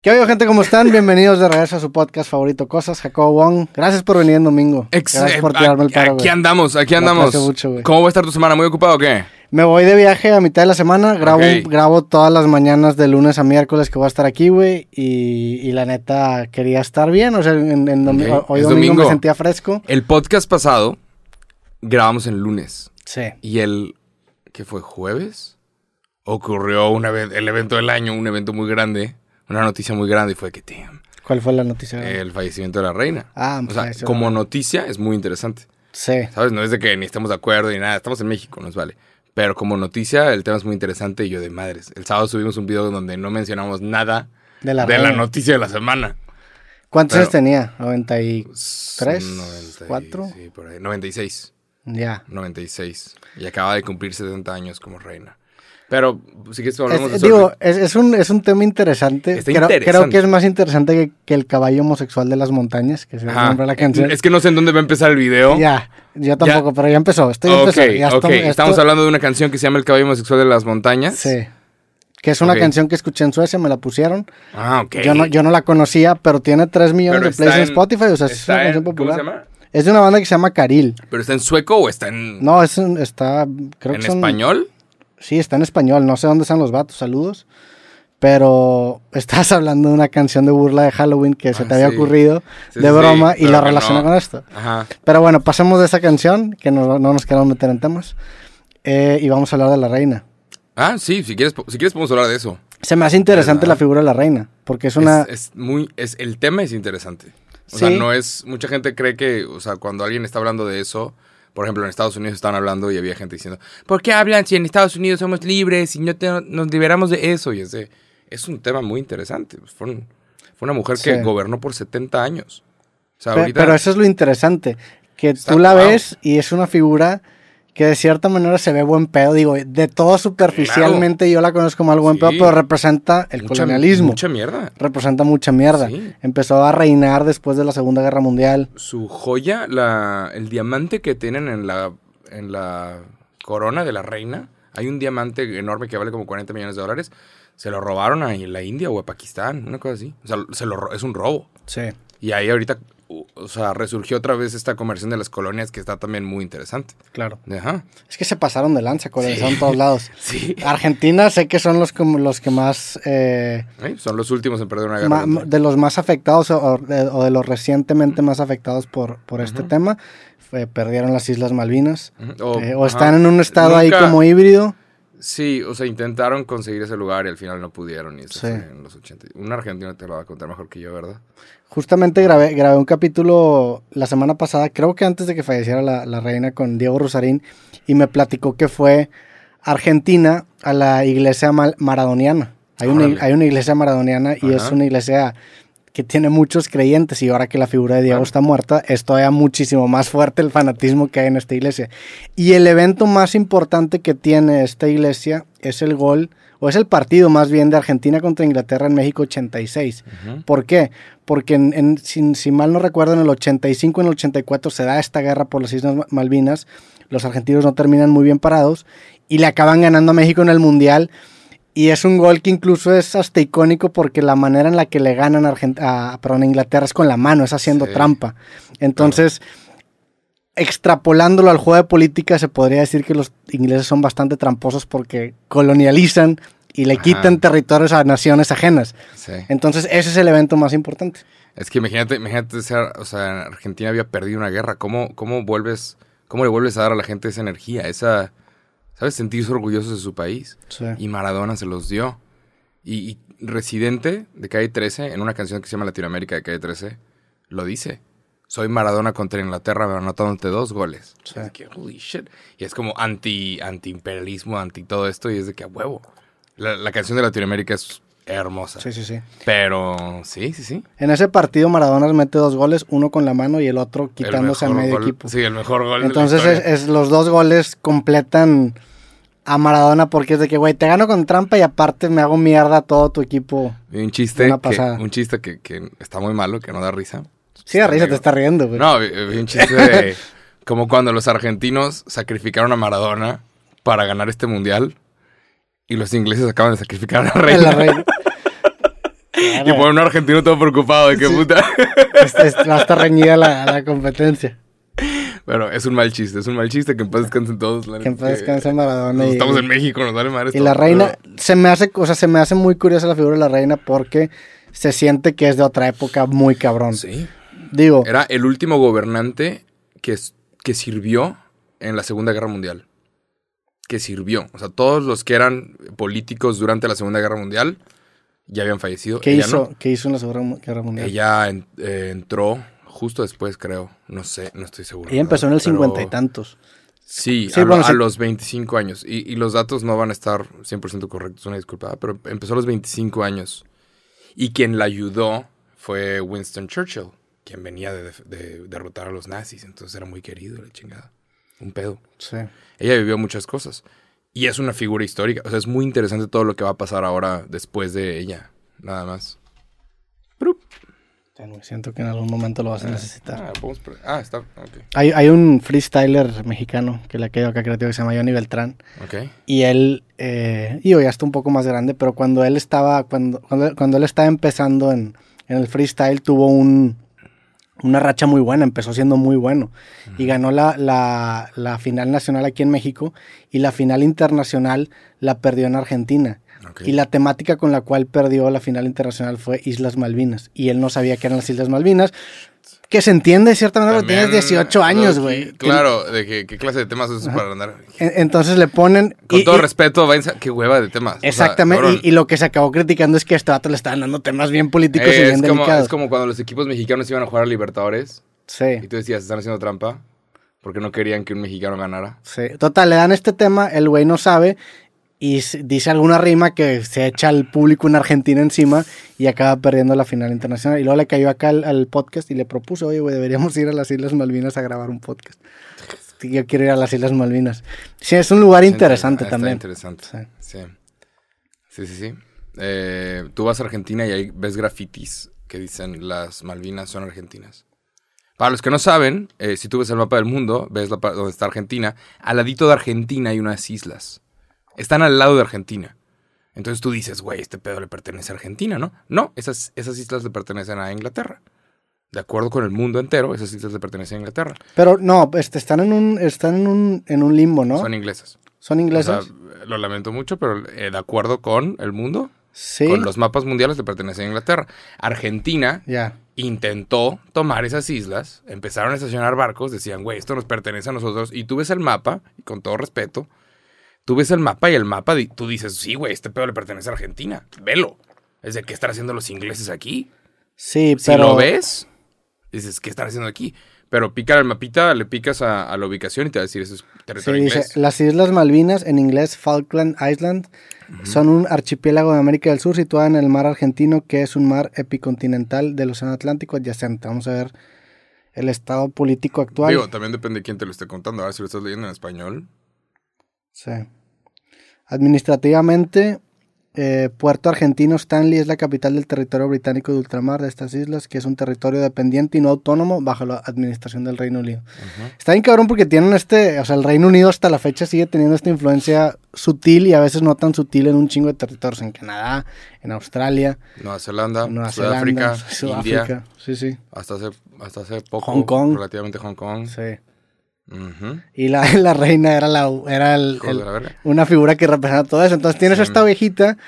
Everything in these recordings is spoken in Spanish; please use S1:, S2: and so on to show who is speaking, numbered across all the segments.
S1: ¿Qué habido gente? ¿Cómo están? Bienvenidos de regreso a su podcast favorito Cosas, Jacobo Wong. Gracias por venir en domingo.
S2: Ex-
S1: Gracias por
S2: eh,
S1: tirarme el
S2: aquí,
S1: paro,
S2: aquí
S1: güey.
S2: andamos, aquí
S1: Lo
S2: andamos.
S1: aprecio mucho, güey.
S2: ¿Cómo va a estar tu semana? ¿Muy ocupado o qué?
S1: Me voy de viaje a mitad de la semana. Grabo,
S2: Ok.
S1: grabo todas las mañanas de lunes a miércoles que voy a estar aquí, güey. Y, y la neta, quería estar bien. O sea, en, en domi-
S2: Ok,
S1: hoy
S2: es
S1: domingo,
S2: domingo.
S1: me sentía fresco.
S2: El podcast pasado grabamos el lunes
S1: Sí.
S2: y el que fue jueves ocurrió un eve- el evento del año, un evento muy grande, una noticia muy grande y fue que damn,
S1: ¿Cuál fue la noticia?
S2: el fallecimiento de la reina.
S1: Ah,
S2: o sea,
S1: falleció la
S2: como noticia es muy interesante.
S1: sí.
S2: ¿Sabes? No es de que ni estemos de acuerdo ni nada. Estamos en México, nos vale. Pero como noticia, el tema es muy interesante y yo de madres. El sábado subimos un video donde no mencionamos nada
S1: De la,
S2: de
S1: reina.
S2: la noticia de la semana.
S1: ¿Cuántos
S2: pero-
S1: años tenía? 90 y... ¿Tres?
S2: 90 y-
S1: ¿Cuatro?
S2: Sí, por ahí. 96.
S1: Ya.
S2: 96. Y acaba de cumplir 70 años como reina. Pero si quieres hablamos
S1: Es-
S2: de
S1: digo,
S2: surfing.
S1: es, es un, es un tema interesante.
S2: Está
S1: creo,
S2: interesante.
S1: creo que es más interesante que, que el caballo homosexual de las montañas, que se
S2: Ajá. Eh,
S1: nombra la canción.
S2: Es que no sé en dónde va a empezar el video.
S1: Ya, yo tampoco, pero ya empezó. Estoy
S2: ok,
S1: empezando. Ya
S2: ok.
S1: esto-
S2: Estamos
S1: esto-
S2: hablando de una canción que se llama El caballo homosexual de las montañas.
S1: Sí. Que es una
S2: Ok.
S1: canción que escuché en Suecia, me la pusieron.
S2: Ah, ok.
S1: Yo no, yo no la conocía, pero tiene 3 millones
S2: Pero
S1: de plays
S2: está
S1: en
S2: en-
S1: Spotify. O sea, es
S2: está
S1: una
S2: en-
S1: canción
S2: ¿cómo
S1: popular.
S2: se llama?
S1: Es de una banda que se llama Caril.
S2: ¿Pero está en sueco o está en,
S1: No, es un- está. Creo
S2: en
S1: que son-
S2: español?
S1: Sí, está en español. No sé dónde están los vatos. Saludos. Pero estás hablando de una canción de burla de Halloween que se
S2: Ah,
S1: te había
S2: sí.
S1: ocurrido
S2: Sí,
S1: de
S2: sí,
S1: broma
S2: sí,
S1: y la
S2: pero que
S1: relaciona
S2: no.
S1: con esto.
S2: Ajá.
S1: Pero bueno, pasemos de esa canción, que no, no nos queremos meter en temas. eh, y vamos a hablar de la reina.
S2: Ah, sí, si quieres, po- si quieres podemos hablar de eso.
S1: Se me hace interesante
S2: ¿Verdad?
S1: la figura de la reina, porque es una...
S2: Es, es muy, es, el tema es interesante. O sea,
S1: Sí.
S2: no es, mucha gente cree que, o sea, cuando alguien está hablando de eso, por ejemplo, en Estados Unidos estaban hablando y había gente diciendo, ¿por qué hablan si en Estados Unidos somos libres y no te- nos liberamos de eso? Y es de, es un tema muy interesante. Pues Fue, un- fue una mujer
S1: Sí.
S2: que gobernó por 70 años. O sea,
S1: pe-
S2: ahorita...
S1: pero eso es lo interesante, que
S2: Está-
S1: tú la
S2: wow.
S1: ves y es una figura que de cierta manera se ve buen pedo, digo, de todo superficialmente yo la conozco como algo buen
S2: Sí.
S1: pedo, pero representa el
S2: mucha-
S1: colonialismo,
S2: Mucha mierda.
S1: representa mucha mierda.
S2: Sí.
S1: Empezó a reinar después de la Segunda Guerra Mundial.
S2: Su joya, la, el diamante que tienen en la, en la corona de la reina, hay un diamante enorme que vale como 40 millones de dólares. Se lo robaron a la India o a Pakistán, una cosa así. O sea, se lo, ro- es un robo.
S1: Sí.
S2: Y ahí ahorita, o o sea, resurgió otra vez esta conversión de las colonias que está también muy interesante.
S1: Claro.
S2: Ajá.
S1: Es que se pasaron de lanza, colonizaron todos lados.
S2: Sí.
S1: Argentina sé que son los, como los que más... eh,
S2: Ay, Son los últimos en perder una guerra.
S1: ma-
S2: mundial.
S1: de los más afectados o, o de, o de los recientemente más afectados por, por este tema. Fue- perdieron las Islas Malvinas.
S2: Ujú.
S1: eh, o están
S2: Oh, ajá.
S1: en un estado ahí
S2: Nunca-
S1: como híbrido.
S2: Sí, o sea, intentaron conseguir ese lugar y al final no pudieron. Y eso
S1: Sí.
S2: fue en los 80. Un argentino te lo va a contar mejor que yo, ¿verdad?
S1: Justamente grabé, grabé un capítulo la semana pasada, creo que antes de que falleciera la, la reina con Diego Rosarín, y me platicó que fue a Argentina a la iglesia mal- maradoniana. Hay una,
S2: Órale.
S1: hay una iglesia maradoniana y es
S2: Ajá.
S1: una iglesia que tiene muchos creyentes y ahora que la figura de Diego
S2: Claro.
S1: está muerta, es todavía muchísimo más fuerte el fanatismo que hay en esta iglesia. Y el evento más importante que tiene esta iglesia es el gol, o es el partido más bien de Argentina contra Inglaterra en México 86. ¿Por qué? Porque en, en- si, si mal no recuerdo, en el 85, en el 84 se da esta guerra por las Islas Ma- Malvinas. Los argentinos no terminan muy bien parados y le acaban ganando a México en el Mundial. Y es un gol que incluso es hasta icónico porque la manera en la que le ganan a, Argen- a- perdón, a Inglaterra es con la mano, es haciendo
S2: Sí.
S1: trampa. Entonces, extrapolándolo al juego de política, se podría decir que los ingleses son bastante tramposos porque colonializan y le
S2: Ajá.
S1: quitan territorios a naciones ajenas.
S2: Sí.
S1: Entonces, ese es el evento más importante.
S2: Es que imagínate, imagínate ser, o sea, Argentina había perdido una guerra. ¿Cómo, cómo vuelves, cómo le vuelves a dar a la gente esa energía, esa, sabes, sentirse orgullosos de su país? Y Maradona se los dio. Y, y Residente de Calle 13, en una canción que se llama Latinoamérica de Calle 13, lo dice. Soy Maradona contra Inglaterra, me anotándote dos goles.
S1: Sí.
S2: Es que, holy shit. Y es como anti, anti imperialismo, anti todo esto, y es de que a huevo. La, la canción de Latinoamérica es hermosa.
S1: Sí, sí, sí.
S2: Pero sí, sí, sí.
S1: En ese partido Maradona mete dos goles, uno con la mano y el otro
S2: El
S1: quitándose a
S2: mejor
S1: medio
S2: gol-
S1: equipo.
S2: Sí, el mejor gol.
S1: Entonces eh,
S2: de la
S1: es,
S2: historia.
S1: es- los dos goles completan a Maradona porque es de que, güey, te gano con trampa y aparte me hago mierda a todo tu equipo.
S2: Y un chiste,
S1: una
S2: que,
S1: pasada.
S2: un chiste que, que está muy malo, que no da risa.
S1: Sí, a risa te
S2: medio-
S1: está riendo, güey.
S2: No, vi, vi un chiste de como cuando los argentinos sacrificaron a Maradona para ganar este mundial y los ingleses acaban de sacrificar a la
S1: A
S2: reina.
S1: la reina.
S2: Y por un argentino todo preocupado, de qué
S1: Sí.
S2: puta.
S1: Este- este- va a estar reñida la, la competencia.
S2: Pero es un mal chiste, es un mal chiste. Que en paz descansen todos. la
S1: Que en
S2: neta,
S1: paz descanse Maradona.
S2: Nosotros
S1: y-
S2: Estamos en México, Eh, nos vale madre.
S1: Y
S2: todo,
S1: la reina,
S2: pero-
S1: se me hace, o sea, se me hace muy curiosa la figura de la reina porque se siente que es de otra época muy cabrón.
S2: Sí.
S1: Digo,
S2: Era el último gobernante que, s- que sirvió en la Segunda Guerra Mundial. Que sirvió. O sea, todos los que eran políticos durante la Segunda Guerra Mundial ya habían fallecido.
S1: ¿qué
S2: Ella
S1: hizo,
S2: no.
S1: ¿qué hizo en la Segunda Guerra Mundial? Ella,
S2: Ella en- eh, entró justo después, creo. No sé, no estoy seguro. la
S1: empezó en el
S2: verdad, pero-
S1: cincuenta y tantos.
S2: Sí,
S1: Sí,
S2: a, lo-
S1: bueno,
S2: a
S1: sí.
S2: los 25 años. Y, y los datos no van a estar 100% correctos, una disculpa, pero empezó a los 25 años. Y quien la ayudó fue Winston Churchill, quien venía de, def- de derrotar a los nazis, entonces era muy querido, la chingada. Un pedo.
S1: Sí.
S2: Ella vivió muchas cosas. Y es una figura histórica. O sea, es muy interesante todo lo que va a pasar ahora después de ella, nada más.
S1: Ten, güey, Siento que en algún momento lo vas a necesitar.
S2: Ah, podemos pre- ah, está. Ok.
S1: Hay, hay un freestyler mexicano que le quedó acá creativo que se llama Johnny Beltrán.
S2: Ok.
S1: Y él, eh, digo, ya está un poco más grande, pero cuando él estaba, cuando, cuando, cuando él estaba empezando en, en el freestyle, tuvo un, una racha muy buena, empezó siendo muy bueno. Y ganó la, la, la final nacional aquí en México y la final internacional la perdió en Argentina.
S2: ok.
S1: Y la temática con la cual perdió la final internacional fue Islas Malvinas. Y él no sabía que eran las Islas Malvinas, que se entiende de cierta manera, porque tienes
S2: También,
S1: 18 años,
S2: low-key,
S1: güey.
S2: Claro, de que, qué clase de temas es para andar.
S1: En- Entonces le ponen...
S2: Con
S1: y-
S2: todo
S1: y-
S2: respeto, váyanse a- qué hueva de temas. O sea,
S1: Exactamente,
S2: cabrón,
S1: y, y lo que se acabó criticando es que a este vato le estaban dando temas bien políticos y
S2: eh,
S1: bien
S2: es, como,
S1: delicados.
S2: es como cuando los equipos mexicanos iban a jugar a Libertadores y
S1: Sí,
S2: tú decías, están haciendo trampa porque no querían que un mexicano ganara.
S1: sí. Total, le dan este tema, el güey no sabe y s- dice alguna rima que se echa al público en Argentina encima y acaba perdiendo la final internacional. Y luego le cayó acá al, al podcast y le propuso, oye, güey, deberíamos ir a las Islas Malvinas a grabar un podcast. Sí, Yo quiero ir a las Islas Malvinas. Sí, es un lugar interesante
S2: ah, Está
S1: también.
S2: interesante. Sí. Sí, sí, sí. Eh, tú vas a Argentina y ahí ves grafitis que dicen las Malvinas son argentinas. Para los que no saben, eh, si tú ves el mapa del mundo, ves la pa- donde está Argentina, al ladito de Argentina hay unas islas. Están al lado de Argentina. Entonces tú dices, güey, este pedo le pertenece a Argentina, ¿no? No, esas, esas islas le pertenecen a Inglaterra. De acuerdo con el mundo entero, esas islas le pertenecen a Inglaterra.
S1: Pero no, este, están en un, están en un, en un limbo, ¿no?
S2: Son
S1: Son,
S2: inglesas. O
S1: ingleses.
S2: sea, lo lamento mucho, pero eh, de acuerdo con el mundo,
S1: sí.
S2: con los mapas mundiales le pertenecen a Inglaterra. Argentina
S1: Ya.
S2: intentó tomar esas islas, empezaron a estacionar barcos, decían, güey, esto nos pertenece a nosotros. Y tú ves el mapa, y con todo respeto, tú ves el mapa y el mapa, di- tú dices, sí, güey, este pedo le pertenece a Argentina, velo. Es de, ¿qué están haciendo los ingleses aquí?
S1: Sí,
S2: Si
S1: pero.
S2: lo ves, dices, ¿qué están haciendo aquí? Pero pica el mapita, le picas a, a la ubicación y te va a decir, eso es
S1: Sí,
S2: territorio
S1: dice,
S2: inglés.
S1: las Islas Malvinas, en inglés Falkland Island, son un archipiélago de América del Sur situado en el mar argentino, que es un mar epicontinental del Océano Atlántico adyacente. Vamos a ver el estado político actual.
S2: Digo, también depende de quién te lo esté contando. Ahora, si lo estás leyendo en español,
S1: Sí. Administrativamente, eh, Puerto Argentino Stanley es la capital del territorio británico de ultramar de estas islas, que es un territorio dependiente y no autónomo bajo la administración del Reino Unido. Está bien cabrón porque tienen este, o sea, el Reino Unido hasta la fecha sigue teniendo esta influencia sutil y a veces no tan sutil en un chingo de territorios, en Canadá, en Australia,
S2: Nueva Zelanda,
S1: en Nueva
S2: Sudáfrica,
S1: Zelanda,
S2: India,
S1: Sudáfrica. Sí, sí.
S2: hasta hace, hasta hace poco,
S1: Hong Kong.
S2: relativamente Hong Kong.
S1: Sí.
S2: Ujú.
S1: Y la, la reina era, la, era el-
S2: Hijos
S1: el,
S2: de la verga.
S1: una figura que representa todo eso. Entonces tienes
S2: Sí.
S1: esta ovejita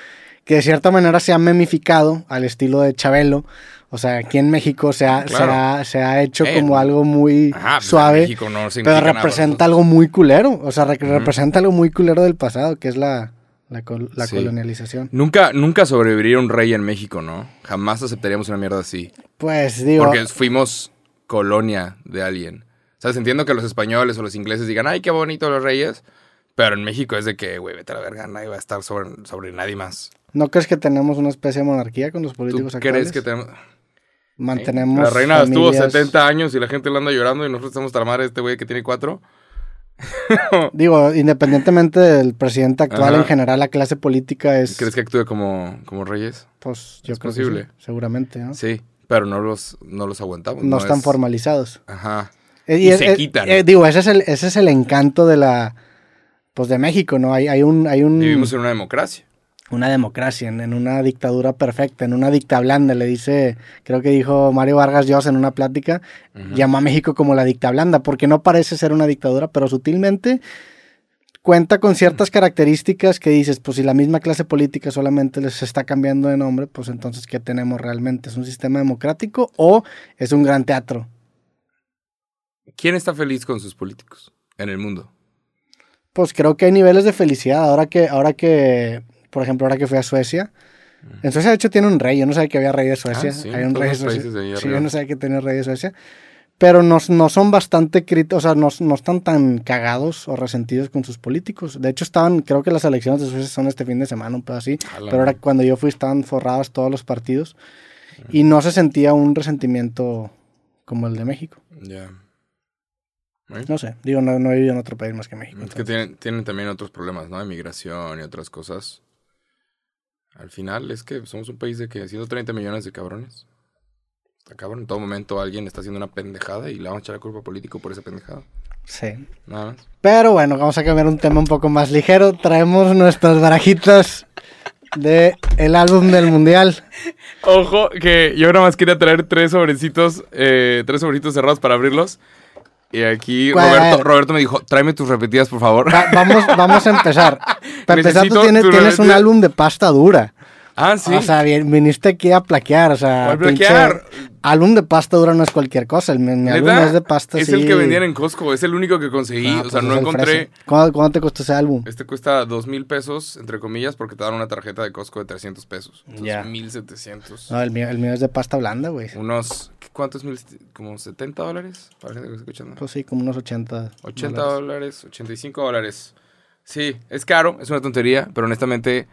S1: que de cierta manera se ha memificado al estilo de Chabelo. O sea, aquí en México se ha,
S2: Claro.
S1: se ha, se ha hecho
S2: Eh,
S1: como algo muy
S2: Ajá, pues, en
S1: suave,
S2: México no significa
S1: pero
S2: nada
S1: representa
S2: para
S1: algo muy culero. O sea, re-
S2: Ujú.
S1: representa algo muy culero del pasado, que es la, la, col- la
S2: Sí.
S1: colonialización.
S2: nosotros. Nunca, nunca sobreviviría un rey en México, ¿no? Jamás aceptaríamos una mierda así.
S1: Pues digo,
S2: porque fuimos colonia de alguien. ¿Sabes? Entiendo que los españoles o los ingleses digan, ay, qué bonito los reyes. Pero en México es de que, güey, vete a la verga, nadie va a estar sobre, sobre nadie más.
S1: ¿no crees que tenemos una especie de monarquía con los
S2: ¿Tú
S1: políticos actuales?
S2: crees que tenemos...?
S1: Mantenemos
S2: La reina estuvo
S1: familias-
S2: 70 años y la gente la anda llorando y nosotros estamos tan madre de este güey que tiene cuatro.
S1: Digo, independientemente del presidente actual,
S2: Ajá.
S1: en general la clase política es...
S2: ¿Crees que actúe como, como reyes?
S1: Pues yo
S2: Es
S1: creo
S2: posible.
S1: que sí, seguramente, ¿no?
S2: Sí, pero no los, no los aguantamos.
S1: no, están
S2: es-
S1: formalizados.
S2: Ajá.
S1: Eh,
S2: Y se
S1: eh,
S2: quitan.
S1: eh, digo, ese es el, ese es el encanto de la pues de México, ¿no? Hay, hay un, hay un
S2: Vivimos en una democracia.
S1: una democracia, en, en, una dictadura perfecta, en una dicta blanda, le dice, creo que dijo Mario Vargas Llosa en una plática, uh -huh. llamó a México como la dicta blanda, porque no parece ser una dictadura, pero sutilmente cuenta con ciertas características que dices, pues si la misma clase política solamente les está cambiando de nombre, pues entonces ¿qué tenemos realmente? ¿Es un sistema democrático o es un gran teatro?
S2: ¿Quién está feliz con sus políticos en el mundo?
S1: Pues creo que hay niveles de felicidad. Ahora que, ahora que por ejemplo, ahora que fui a Suecia. En Suecia, de hecho, tiene un rey. Yo no sabía que había rey de Suecia. Ah, sí, hay un rey de Suecia. De sí, yo no sabía que tenía rey de Suecia. Pero no, no son bastante críticos, o sea, no, no, están tan cagados o resentidos con sus políticos. De hecho, estaban, creo que las elecciones de Suecia son este fin de semana, un pedo así. Alá. Pero ahora cuando yo fui estaban forrados todos los partidos. Y no se sentía un resentimiento como el de México. Ya. Yeah. No sé, digo, no, no he vivido en otro país más que México.
S2: Es entonces. que tienen, tienen también otros problemas, ¿no? Emigración y otras cosas. Al final es que somos un país de que 130 millones de cabrones. Está cabrón, en todo momento alguien está haciendo una pendejada y le vamos a echar la culpa político por esa pendejada.
S1: Sí. Nada más. Pero bueno, vamos a cambiar un tema un poco más ligero. Traemos nuestras barajitas de el álbum del mundial.
S2: Ojo, que yo nada más quería traer tres sobrecitos, eh, tres sobrecitos cerrados para abrirlos. Y aquí bueno, Roberto, Roberto, me dijo, tráeme tus repetidas, por favor.
S1: Va, vamos, vamos a empezar. Para empezar, tú tienes, tienes un álbum de pasta dura.
S2: Ah, sí.
S1: O sea, viniste aquí a plaquear, o sea.
S2: plaquear?
S1: Álbum de pasta dura no es cualquier cosa. El, mi, mi álbum es de pasta,
S2: Es
S1: sí.
S2: el que vendían en Costco, es el único que conseguí. Ah, o sea, pues no encontré.
S1: ¿Cuánto, ¿Cuánto, te costó ese álbum?
S2: Este cuesta dos mil pesos, entre comillas, porque te dan una tarjeta de Costco de 300 pesos. Entonces, yeah. 1700.
S1: No, el mío, el mío es de pasta blanda, güey.
S2: Unos. ¿Cuántos mil? ¿Como 70 dólares? Para gente que está escuchando.
S1: Pues sí, como unos 80.
S2: 80 dólares, dólares 85 dólares. Sí, es caro, es una tontería, pero honestamente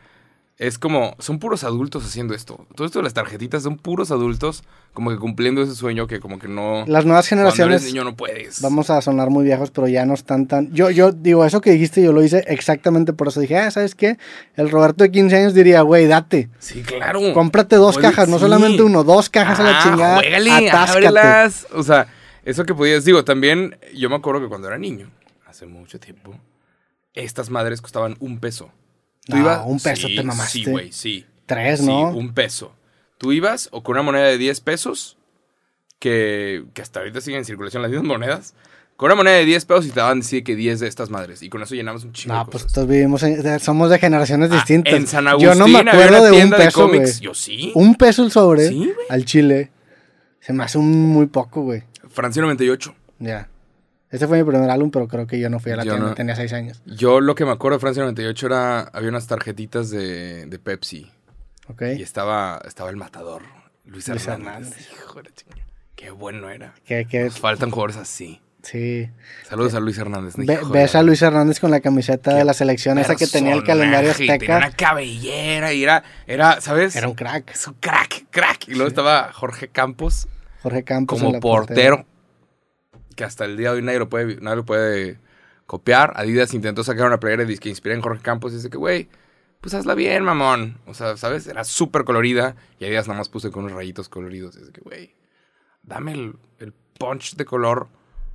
S2: es como, son puros adultos haciendo esto. Todo esto de las tarjetitas son puros adultos, como que cumpliendo ese sueño que como que no...
S1: Las nuevas generaciones...
S2: Eres niño no puedes.
S1: Vamos a sonar muy viejos, pero ya no están tan... Yo, yo digo, eso que dijiste, yo lo hice exactamente por eso. Dije, ah, ¿sabes qué? El Roberto de 15 años diría, güey, date.
S2: Sí, claro.
S1: Cómprate dos Oye, cajas, sí. no solamente uno, dos cajas ah, a la chingada.
S2: Juégale, ábrelas. O sea, eso que podías... Digo, también yo me acuerdo que cuando era niño, hace mucho tiempo, estas madres costaban un peso.
S1: ¿Tú no, ibas? Ah, un peso sí, te mamaste.
S2: Sí, güey, sí.
S1: Tres, ¿no?
S2: Sí, un peso. Tú ibas o con una moneda de 10 pesos, que, que hasta ahorita siguen en circulación las mismas monedas, con una moneda de 10 pesos y te daban decir que 10 de estas madres. Y con eso llenamos un chingo.
S1: No, de cosas. pues todos vivimos en, somos de generaciones distintas. Ah,
S2: en San Agustín, yo no me acuerdo de un peso. De cómics. Yo sí.
S1: Un peso el sobre ¿Sí, al chile. Se me hace un muy poco, güey.
S2: Francia 98.
S1: Ya. Yeah. Este fue mi primer álbum, pero creo que yo no fui a la yo tienda, no. tenía seis años.
S2: Yo lo que me acuerdo de Francia 98 era, había unas tarjetitas de, de Pepsi.
S1: Ok.
S2: Y estaba, estaba el matador, Luis, Luis Hernández. Hernández. Híjole, chica. Qué bueno era.
S1: ¿Qué, qué?
S2: Nos faltan jugadores así.
S1: Sí.
S2: Saludos a Luis Hernández.
S1: Ve, ves a Luis Hernández con la camiseta de la selección esa que tenía el calendario azteca.
S2: Tenía una cabellera y era, era, ¿sabes?
S1: Era un crack. Es
S2: un crack, crack. Y luego sí. estaba Jorge Campos.
S1: Jorge Campos.
S2: Como portero. portero que hasta el día de hoy nadie lo puede, nadie lo puede copiar. Adidas intentó sacar una playera de que inspira en Jorge Campos y dice que, güey, pues hazla bien, mamón. O sea, ¿sabes? Era súper colorida y Adidas nada más puso con unos rayitos coloridos. Y dice que, güey, dame el, el, punch de color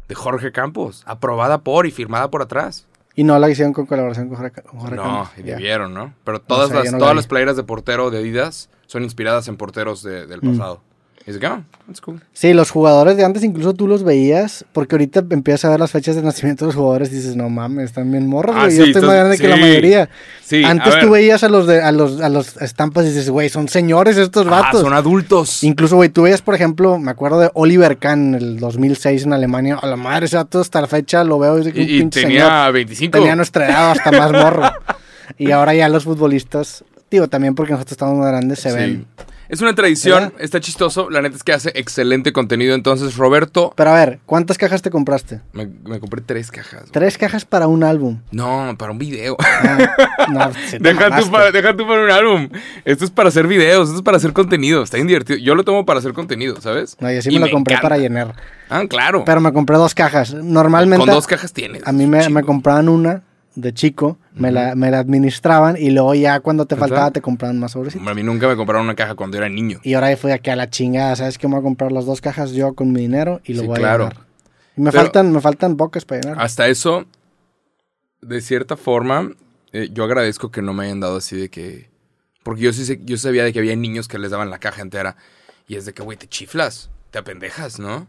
S2: de Jorge Campos, aprobada por y firmada por atrás.
S1: Y no la hicieron con colaboración con Jorge, con Jorge
S2: no,
S1: Campos.
S2: No, debieron, ¿no? Pero todas, no sé, las, no todas las playeras de portero de Adidas son inspiradas en porteros de, del pasado. Mm. It's gone. It's cool.
S1: Sí, los jugadores de antes incluso tú los veías, porque ahorita empiezas a ver las fechas de nacimiento de los jugadores y dices, no mames, están bien morros, ah, sí, yo estoy más grande sí, que la mayoría. Sí, antes tú veías a los, de, a los, a los estampas y dices, güey, son señores estos vatos.
S2: Ah, son adultos.
S1: Incluso, güey, tú veías, por ejemplo, me acuerdo de Oliver Kahn en el 2006 en Alemania, a la madre, ese vato hasta la fecha lo veo.
S2: Y, un y tenía señor. 25.
S1: Tenía nuestra edad hasta más morro. y ahora ya los futbolistas, digo, también porque nosotros estamos más grandes, se ven.
S2: Es una tradición, ¿verdad? está chistoso. La neta es que hace excelente contenido. Entonces, Roberto.
S1: Pero a ver, ¿cuántas cajas te compraste?
S2: Me, me compré tres cajas.
S1: ¿Tres cajas para un álbum? Ah,
S2: No, para un video. No, no deja, tú para, deja, tú para, un álbum. Esto es para hacer videos, esto es para hacer contenido. Está bien divertido. Yo lo tomo para hacer contenido, ¿sabes?
S1: No, yo sí me y lo me compré encanta. para llenar.
S2: Ah, claro.
S1: Pero me compré dos cajas. Normalmente.
S2: Con dos cajas tienes.
S1: A mí me, me compraban una de chico, uh -huh. me, la, me la administraban y luego ya cuando te faltaba te compraban más sobrecitos.
S2: A mí nunca me compraron una caja cuando era niño.
S1: Y ahora fui aquí a la chingada, ¿sabes que Me voy a comprar las dos cajas yo con mi dinero y lo sí, voy claro. a llenar. Y me, Pero Ah, faltan, me faltan bocas para llenar.
S2: Hasta eso, de cierta forma, eh, yo agradezco que no me hayan dado así de que Porque yo sí sé, yo sabía de que había niños que les daban la caja entera. Y es de que, güey, te chiflas, te apendejas, ¿no?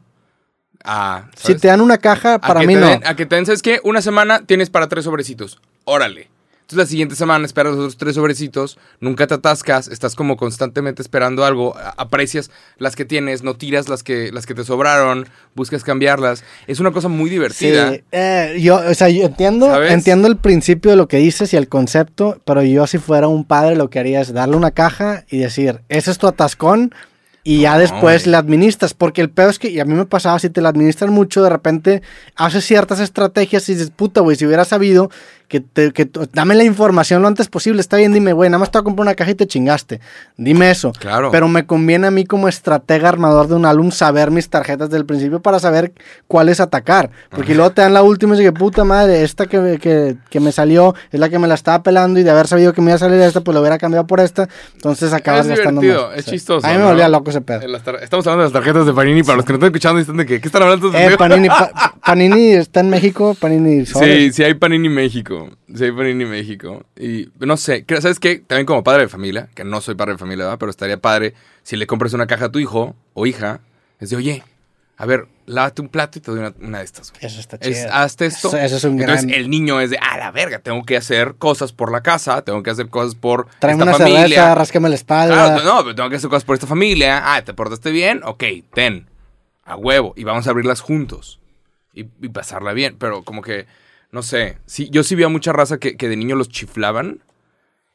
S1: Ah, si te dan una caja, para mí
S2: te
S1: no.
S2: den- a que te den, ¿sabes qué? Una semana tienes para tres sobrecitos. Órale. Entonces la siguiente semana esperas los otros tres sobrecitos, nunca te atascas, estás como constantemente esperando algo, a- aprecias las que tienes, no tiras las que, las que te sobraron, buscas cambiarlas. Es una cosa muy
S1: Sí,
S2: divertida.
S1: eh, yo, o sea, yo entiendo,
S2: ¿Sabes?
S1: entiendo el principio de lo que dices y el concepto, pero yo si fuera un padre lo que haría es darle una caja y decir, ese es tu atascón y ya después
S2: güey.
S1: le administras, porque el pedo es que, y a mí me pasaba, si te la administran mucho, de repente haces ciertas estrategias y dices, puta, güey, si hubiera sabido que, te- que tú- dame la información lo antes posible, está bien, dime, güey, nada más te voy a comprar una caja y te chingaste, dime eso.
S2: Claro.
S1: Pero me conviene a mí como estratega armador de un álbum saber mis tarjetas del principio para saber cuáles atacar. Porque luego te dan la última y dices, puta madre, esta que, que- que me salió es la que me la estaba pelando y de haber sabido que me iba a salir esta, pues la hubiera cambiado por esta. Entonces acabas
S2: es
S1: gastando
S2: divertido,
S1: más.
S2: es
S1: Sí.
S2: chistoso.
S1: A mí me
S2: ¿no?
S1: volvía loco ese pedo.
S2: En las tar- Estamos hablando de las tarjetas de Panini, para los que no están escuchando, están de que, ¿qué están hablando? estos
S1: Eh,
S2: pendejos?
S1: Panini, pa- Panini está en México, Panini
S2: Sí,
S1: Soles.
S2: sí hay Panini México. Sí hay Panini México. Y no sé, creo- ¿sabes qué? También como padre de familia, que no soy padre de familia, ¿verdad? pero estaría padre si le compras una caja a tu hijo o hija. Es de, oye, a ver, lávate un plato y te doy una, una de estas. güey.
S1: Eso está chido.
S2: Es, hazte esto.
S1: Eso, eso es un
S2: Entonces
S1: gran...
S2: el niño es de, a la verga, tengo que hacer cosas por la casa, tengo que hacer cosas por
S1: Tráeme
S2: esta
S1: una
S2: familia.
S1: cerveza, ráscame la espalda.
S2: Claro, no, pero tengo que hacer cosas por esta familia. Ah, ¿te portaste bien? Ok, ten. A huevo. Y vamos a abrirlas juntos. Y, y pasarla bien. Pero como que, no sé. Sí, yo sí vi a mucha raza que, que de niño los chiflaban.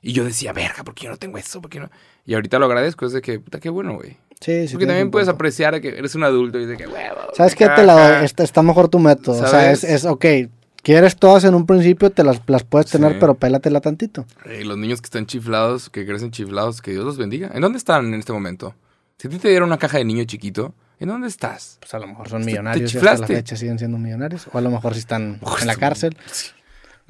S2: Y yo decía, verga, ¿por qué yo no tengo eso? ¿Por qué no? Y ahorita lo agradezco. Es de que, puta, qué bueno, güey.
S1: Sí, sí,
S2: Porque
S1: tienes
S2: también
S1: un
S2: puedes
S1: punto.
S2: apreciar que eres un adulto y de que, huevo.
S1: ¿Sabes qué?
S2: una
S1: Te la
S2: caja".
S1: doy. Está, está mejor tu método. O sea, es,
S2: ¿Sabes?
S1: es, ok, quieres todas en un principio, te las, las puedes tener,
S2: Sí.
S1: pero pélatela tantito.
S2: Eh, los niños que están chiflados, que crecen chiflados, que Dios los bendiga. ¿En dónde están en este momento? Si a ti te dieron una caja de niño chiquito, ¿en dónde estás?
S1: Pues a lo mejor son
S2: Te- te
S1: millonarios y hasta la
S2: chiflaste.
S1: fecha siguen siendo millonarios. O a lo mejor si están
S2: Ojo,
S1: en la
S2: esto-
S1: cárcel.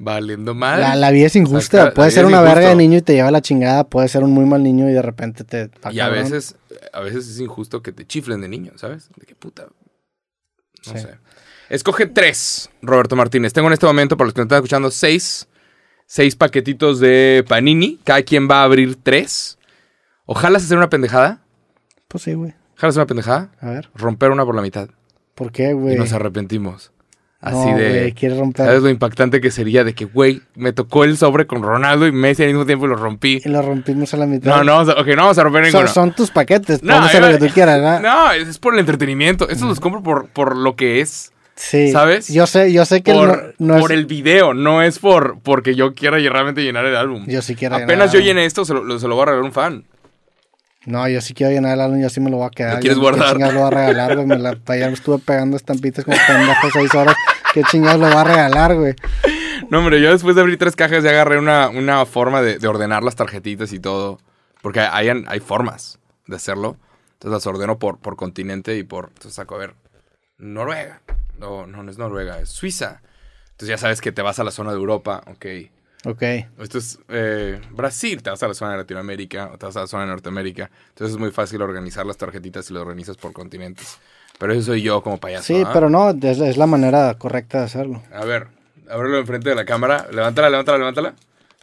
S2: Valiendo mal.
S1: La, la vida es injusta.
S2: Exacto, la
S1: puede
S2: vida
S1: ser
S2: es
S1: una
S2: injusto.
S1: verga de niño y te lleva la chingada. Puede ser un muy mal niño y de repente te... va
S2: y a
S1: cabrón.
S2: veces, a veces es injusto que te chiflen de niño, ¿sabes? De qué puta. No
S1: Sí.
S2: sé. Escoge tres, Roberto Martínez. Tengo en este momento, para los que nos están escuchando, seis. Seis paquetitos de panini. Cada quien va a abrir tres. Ojalá se hacer una pendejada.
S1: Pues sí, güey.
S2: Ojalá hacer una pendejada.
S1: A ver.
S2: Romper una por la mitad.
S1: ¿Por qué, güey?
S2: Y nos arrepentimos. Así
S1: No,
S2: de.
S1: güey, quieres romper.
S2: ¿Sabes lo impactante que sería de que, güey, me tocó el sobre con Ronaldo y Messi al mismo tiempo y lo rompí?
S1: Y lo rompimos a la mitad.
S2: No, no, vamos a- ok, no vamos a romper ninguno.
S1: Son, son tus paquetes.
S2: No,
S1: No, hacer
S2: iba-
S1: lo que tú quieras, ¿verdad?
S2: No, es es por el entretenimiento. Estos los compro por, por lo que es.
S1: Sí.
S2: ¿Sabes?
S1: Yo sé, yo sé que
S2: Por,
S1: no, no es...
S2: por el video, no es por porque yo quiera ll- realmente llenar el álbum.
S1: Yo sí quiero llenar
S2: Apenas
S1: el
S2: yo
S1: álbum.
S2: llené esto, se lo, lo- se lo voy a regalar a un fan.
S1: No, yo sí quiero llenar el álbum, yo sí me lo voy a quedar.
S2: ¿Lo quieres
S1: Yo no sé
S2: guardar?
S1: ¿Qué chingados lo voy a regalar, güey? Me la, ya me estuve pegando estampitas como pendejo seis horas. ¿Qué chingados lo voy a regalar, güey?
S2: No, hombre, yo después de abrir tres cajas ya agarré una, una forma de, de ordenar las tarjetitas y todo. Porque hay, hay, hay formas de hacerlo. Entonces las ordeno por, por continente y por. Entonces saco a ver. Noruega. No, no, no es Noruega, es Suiza. Entonces ya sabes que te vas a la zona de Europa, ok.
S1: Ok.
S2: Esto es eh, Brasil, te vas a la zona de Latinoamérica o te vas a la zona de Norteamérica. Entonces es muy fácil organizar las tarjetitas y lo organizas por continentes. Pero eso soy yo como payaso.
S1: Sí,
S2: ¿ah?
S1: pero no, es, es la manera correcta de hacerlo.
S2: A ver, ábrelo enfrente de la cámara. Levántala, levántala, levántala.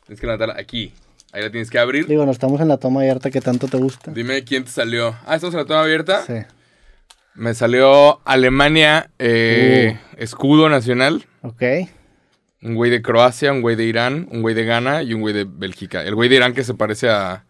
S2: Tienes que levantarla aquí. Ahí la tienes que abrir.
S1: Digo, no estamos en la toma abierta que tanto te gusta.
S2: Dime quién te salió. Ah, ¿estamos en la toma abierta?
S1: Sí.
S2: Me salió Alemania, eh,
S1: Uh.
S2: escudo nacional.
S1: Ok.
S2: Un güey de Croacia, un güey de Irán, un güey de Ghana y un güey de Bélgica. El güey de Irán que se parece a,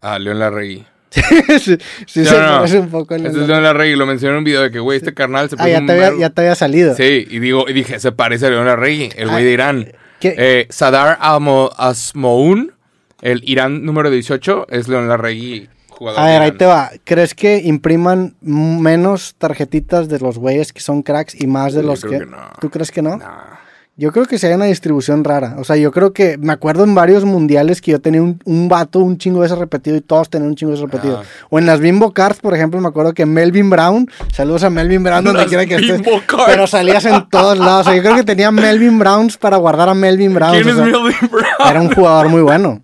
S2: a León Larregui.
S1: sí, sí,
S2: No,
S1: se
S2: no, no.
S1: parece un poco el-
S2: Este es León Larregui, lo mencioné en un video de que, güey, este carnal se
S1: Ah, ya
S2: un
S1: te, había,
S2: verbo.
S1: ya te había salido.
S2: Sí, y digo, y dije, se parece a León Larregui, el güey
S1: Ah,
S2: de Irán.
S1: ¿qué?
S2: Eh, Sadar Amo- Asmoun, el Irán número 18, es León Larregui, jugador
S1: A
S2: de
S1: ver, ahí
S2: Irán.
S1: te va. ¿Crees que impriman menos tarjetitas de los güeyes que son cracks y más de
S2: Yo
S1: los
S2: creo
S1: que...
S2: que no.
S1: ¿Tú crees que no?
S2: Nah.
S1: Yo creo que sí hay una distribución rara. O sea, yo creo que me acuerdo en varios mundiales que yo tenía un, un vato, un chingo de veces repetido y todos tenían un chingo de veces repetido.
S2: Ah.
S1: O en las Bimbo Cards, por ejemplo, me acuerdo que Melvin Brown, saludos a Melvin Brown donde
S2: Las
S1: quiera que estés.
S2: Bimbo Cards.
S1: Pero salías en todos lados. O sea, yo creo que tenía Melvin Browns para guardar a Melvin Brown.
S2: ¿Quién
S1: O
S2: es
S1: sea,
S2: Melvin Brown?
S1: Era un jugador muy bueno.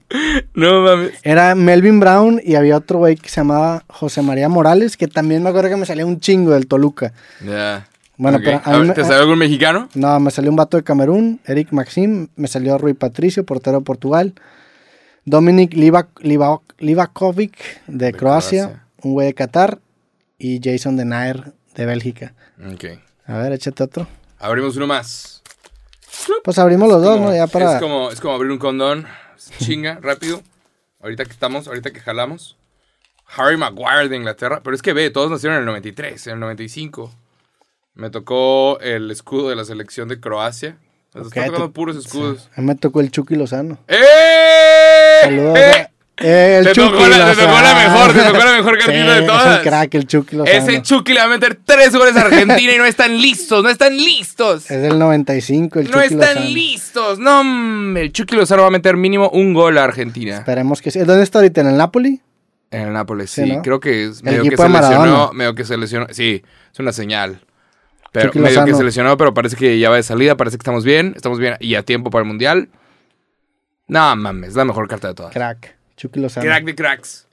S2: No mames.
S1: Era Melvin Brown y había otro güey que se llamaba José María Morales, que también me acuerdo que me salía un chingo del Toluca.
S2: Ya.
S1: Bueno,
S2: Ok.
S1: pero a
S2: A
S1: mí
S2: ver,
S1: me-
S2: ¿Te
S1: a-
S2: salió algún mexicano?
S1: No, me salió un vato de Camerún, Eric Maxim, me salió Rui Patricio, portero de Portugal. Dominic Livak, Livak, Livakovic de, de Croacia, Croacia, un güey de Qatar y Jason de Nair de Bélgica.
S2: Ok.
S1: A ver, échate otro.
S2: Abrimos uno más.
S1: Pues abrimos los es dos, como, ¿no? Ya para...
S2: es, como, es como abrir un condón. Chinga, rápido. Ahorita que estamos, ahorita que jalamos. Harry Maguire de Inglaterra. Pero es que ve, todos nacieron en el 93, en el 95. Me tocó el escudo de la selección de Croacia. Nos okay, está tocando puros escudos. Sí.
S1: A mí me tocó el Chucky Lozano.
S2: ¡Eh!
S1: Saludos. Eh, eh, el
S2: te,
S1: Chucky
S2: tocó la, te tocó la mejor, te tocó la mejor cartita sí, de todas.
S1: Es un crack, el Chucky Lozano.
S2: Ese Chucky le va a meter tres goles a Argentina y no están listos, no están listos.
S1: Es del 95 el
S2: no
S1: Chucky
S2: Lozano. No están listos, no, el Chucky Lozano va a meter mínimo un gol a Argentina.
S1: Esperemos que sí. ¿Dónde está ahorita? ¿En el Napoli?
S2: En el Napoli, sí. sí ¿no? Creo que es medio que se lesionó, medio que se lesionó. Sí, es una señal. Pero medio Lozano. que se lesionó, pero parece que ya va de salida, parece que estamos bien, estamos bien y a tiempo para el Mundial. No mames, la mejor carta de todas.
S1: Crack, Chucky Lozano.
S2: Crack de cracks.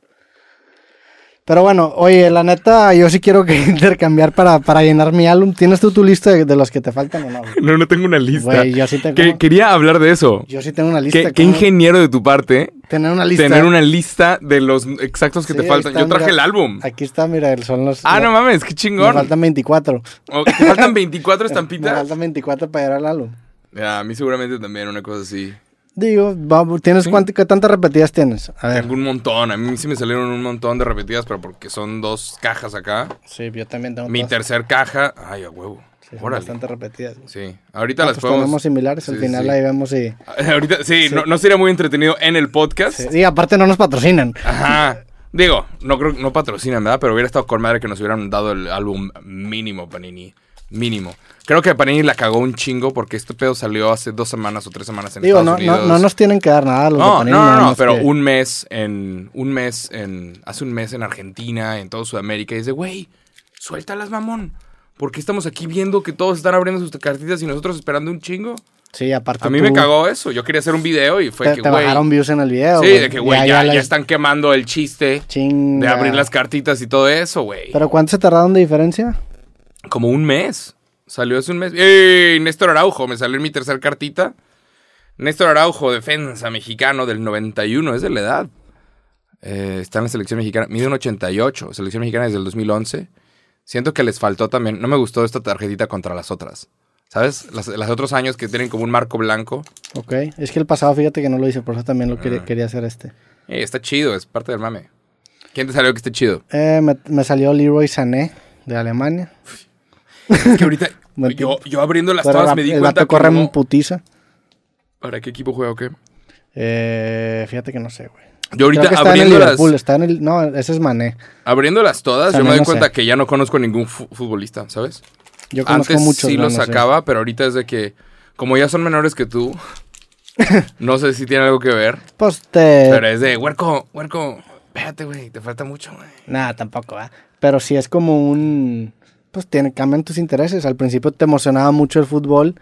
S1: Pero bueno, oye, la neta, yo sí quiero que intercambiar para, para llenar mi álbum. ¿Tienes tú tu lista de, de los que te faltan o no? Güey?
S2: No, no tengo una lista.
S1: Güey, yo sí tengo...
S2: Que, quería hablar de eso.
S1: Yo sí tengo una lista.
S2: Qué, qué ingeniero de tu parte.
S1: Tener una lista.
S2: Tener una lista de los exactos que sí, te faltan. Está, yo traje
S1: mira,
S2: el álbum.
S1: Aquí está, mira, son los.
S2: Ah, no mames, qué chingón. Me
S1: faltan 24.
S2: Oh, ¿Te faltan 24 estampitas?
S1: Me faltan 24 para llegar al álbum.
S2: Ya, a mí seguramente también, una cosa así.
S1: Digo, ¿tienes ¿Sí? cuánto, qué tantas repetidas tienes?
S2: A ver. Tengo un montón. A mí sí me salieron un montón de repetidas, pero porque son dos cajas acá.
S1: Sí, yo también tengo.
S2: Mi todas. tercer caja. Ay, a huevo.
S1: Sí, son bastante repetidas.
S2: Sí. Ahorita ah, las pues podemos...
S1: similares, al sí, final sí. ahí vemos si...
S2: Ahorita, sí, No, no sería muy entretenido en el podcast.
S1: Sí, y aparte no nos patrocinan.
S2: Ah, Ajá. Digo, no creo no patrocinan, ¿verdad? Pero hubiera estado con madre que nos hubieran dado el álbum mínimo, Panini. Mínimo. Creo que Panini la cagó un chingo porque este pedo salió hace dos semanas o tres semanas en
S1: Digo,
S2: Estados
S1: no,
S2: Unidos.
S1: No, no nos tienen que dar nada los
S2: no,
S1: de Panini.
S2: No, no, no, pero que... un mes en... Un mes en... Hace un mes en Argentina, en toda Sudamérica. Y dice, güey, suéltalas, mamón. ¿Por qué estamos aquí viendo que todos están abriendo sus cartitas y nosotros esperando un chingo?
S1: Sí, aparte
S2: A mí
S1: tú...
S2: me cagó eso. Yo quería hacer un video y fue
S1: te,
S2: que,
S1: te
S2: güey...
S1: bajaron views en el video,
S2: Sí, wey. de que, güey, ya, ya, ya, la... ya, están quemando el chiste
S1: Chinga.
S2: de abrir las cartitas y todo eso, güey.
S1: ¿Pero cuánto se tardaron de diferencia?
S2: Como un mes. Salió hace un mes. ¡Ey! Néstor Araujo, me salió en mi tercer cartita. Néstor Araujo, defensa mexicano del 91, es de la edad. Eh, está en la selección mexicana, mide un 88, selección mexicana desde el 2011. Siento que les faltó también. No me gustó esta tarjetita contra las otras. ¿Sabes? Las, las, otros años que tienen como un marco blanco.
S1: Ok. Es que el pasado, fíjate que no lo hice, por eso también lo
S2: Ah.
S1: quería, mm. quería hacer este.
S2: Eh, está chido, es parte del mame. ¿Quién te salió que esté chido?
S1: Eh, me, me, salió Leroy Sané, de Alemania.
S2: Es que ahorita, yo, yo, abriendo las Pero todas me di
S1: el
S2: cuenta
S1: vato corre en putiza.
S2: ¿Para qué equipo juega o qué?
S1: Eh, fíjate que no sé, güey.
S2: Yo ahorita
S1: Creo que está
S2: abriendo
S1: en el Liverpool, las... está en el... No, ese es Mané.
S2: Abriéndolas todas, Sané, yo me doy cuenta no sé. que ya no conozco ningún fu futbolista, ¿sabes?
S1: Yo
S2: conozco Antes
S1: muchos,
S2: sí
S1: no,
S2: los
S1: no
S2: sacaba,
S1: sé.
S2: pero ahorita es de que... Como ya son menores que tú, no sé si tiene algo que ver.
S1: Pues te...
S2: Pero es de, huerco, huerco, espérate, güey, te falta mucho, güey.
S1: Nada, tampoco, ¿eh? Pero sí es como un... Pues tiene, cambian tus intereses. Al principio te emocionaba mucho el fútbol,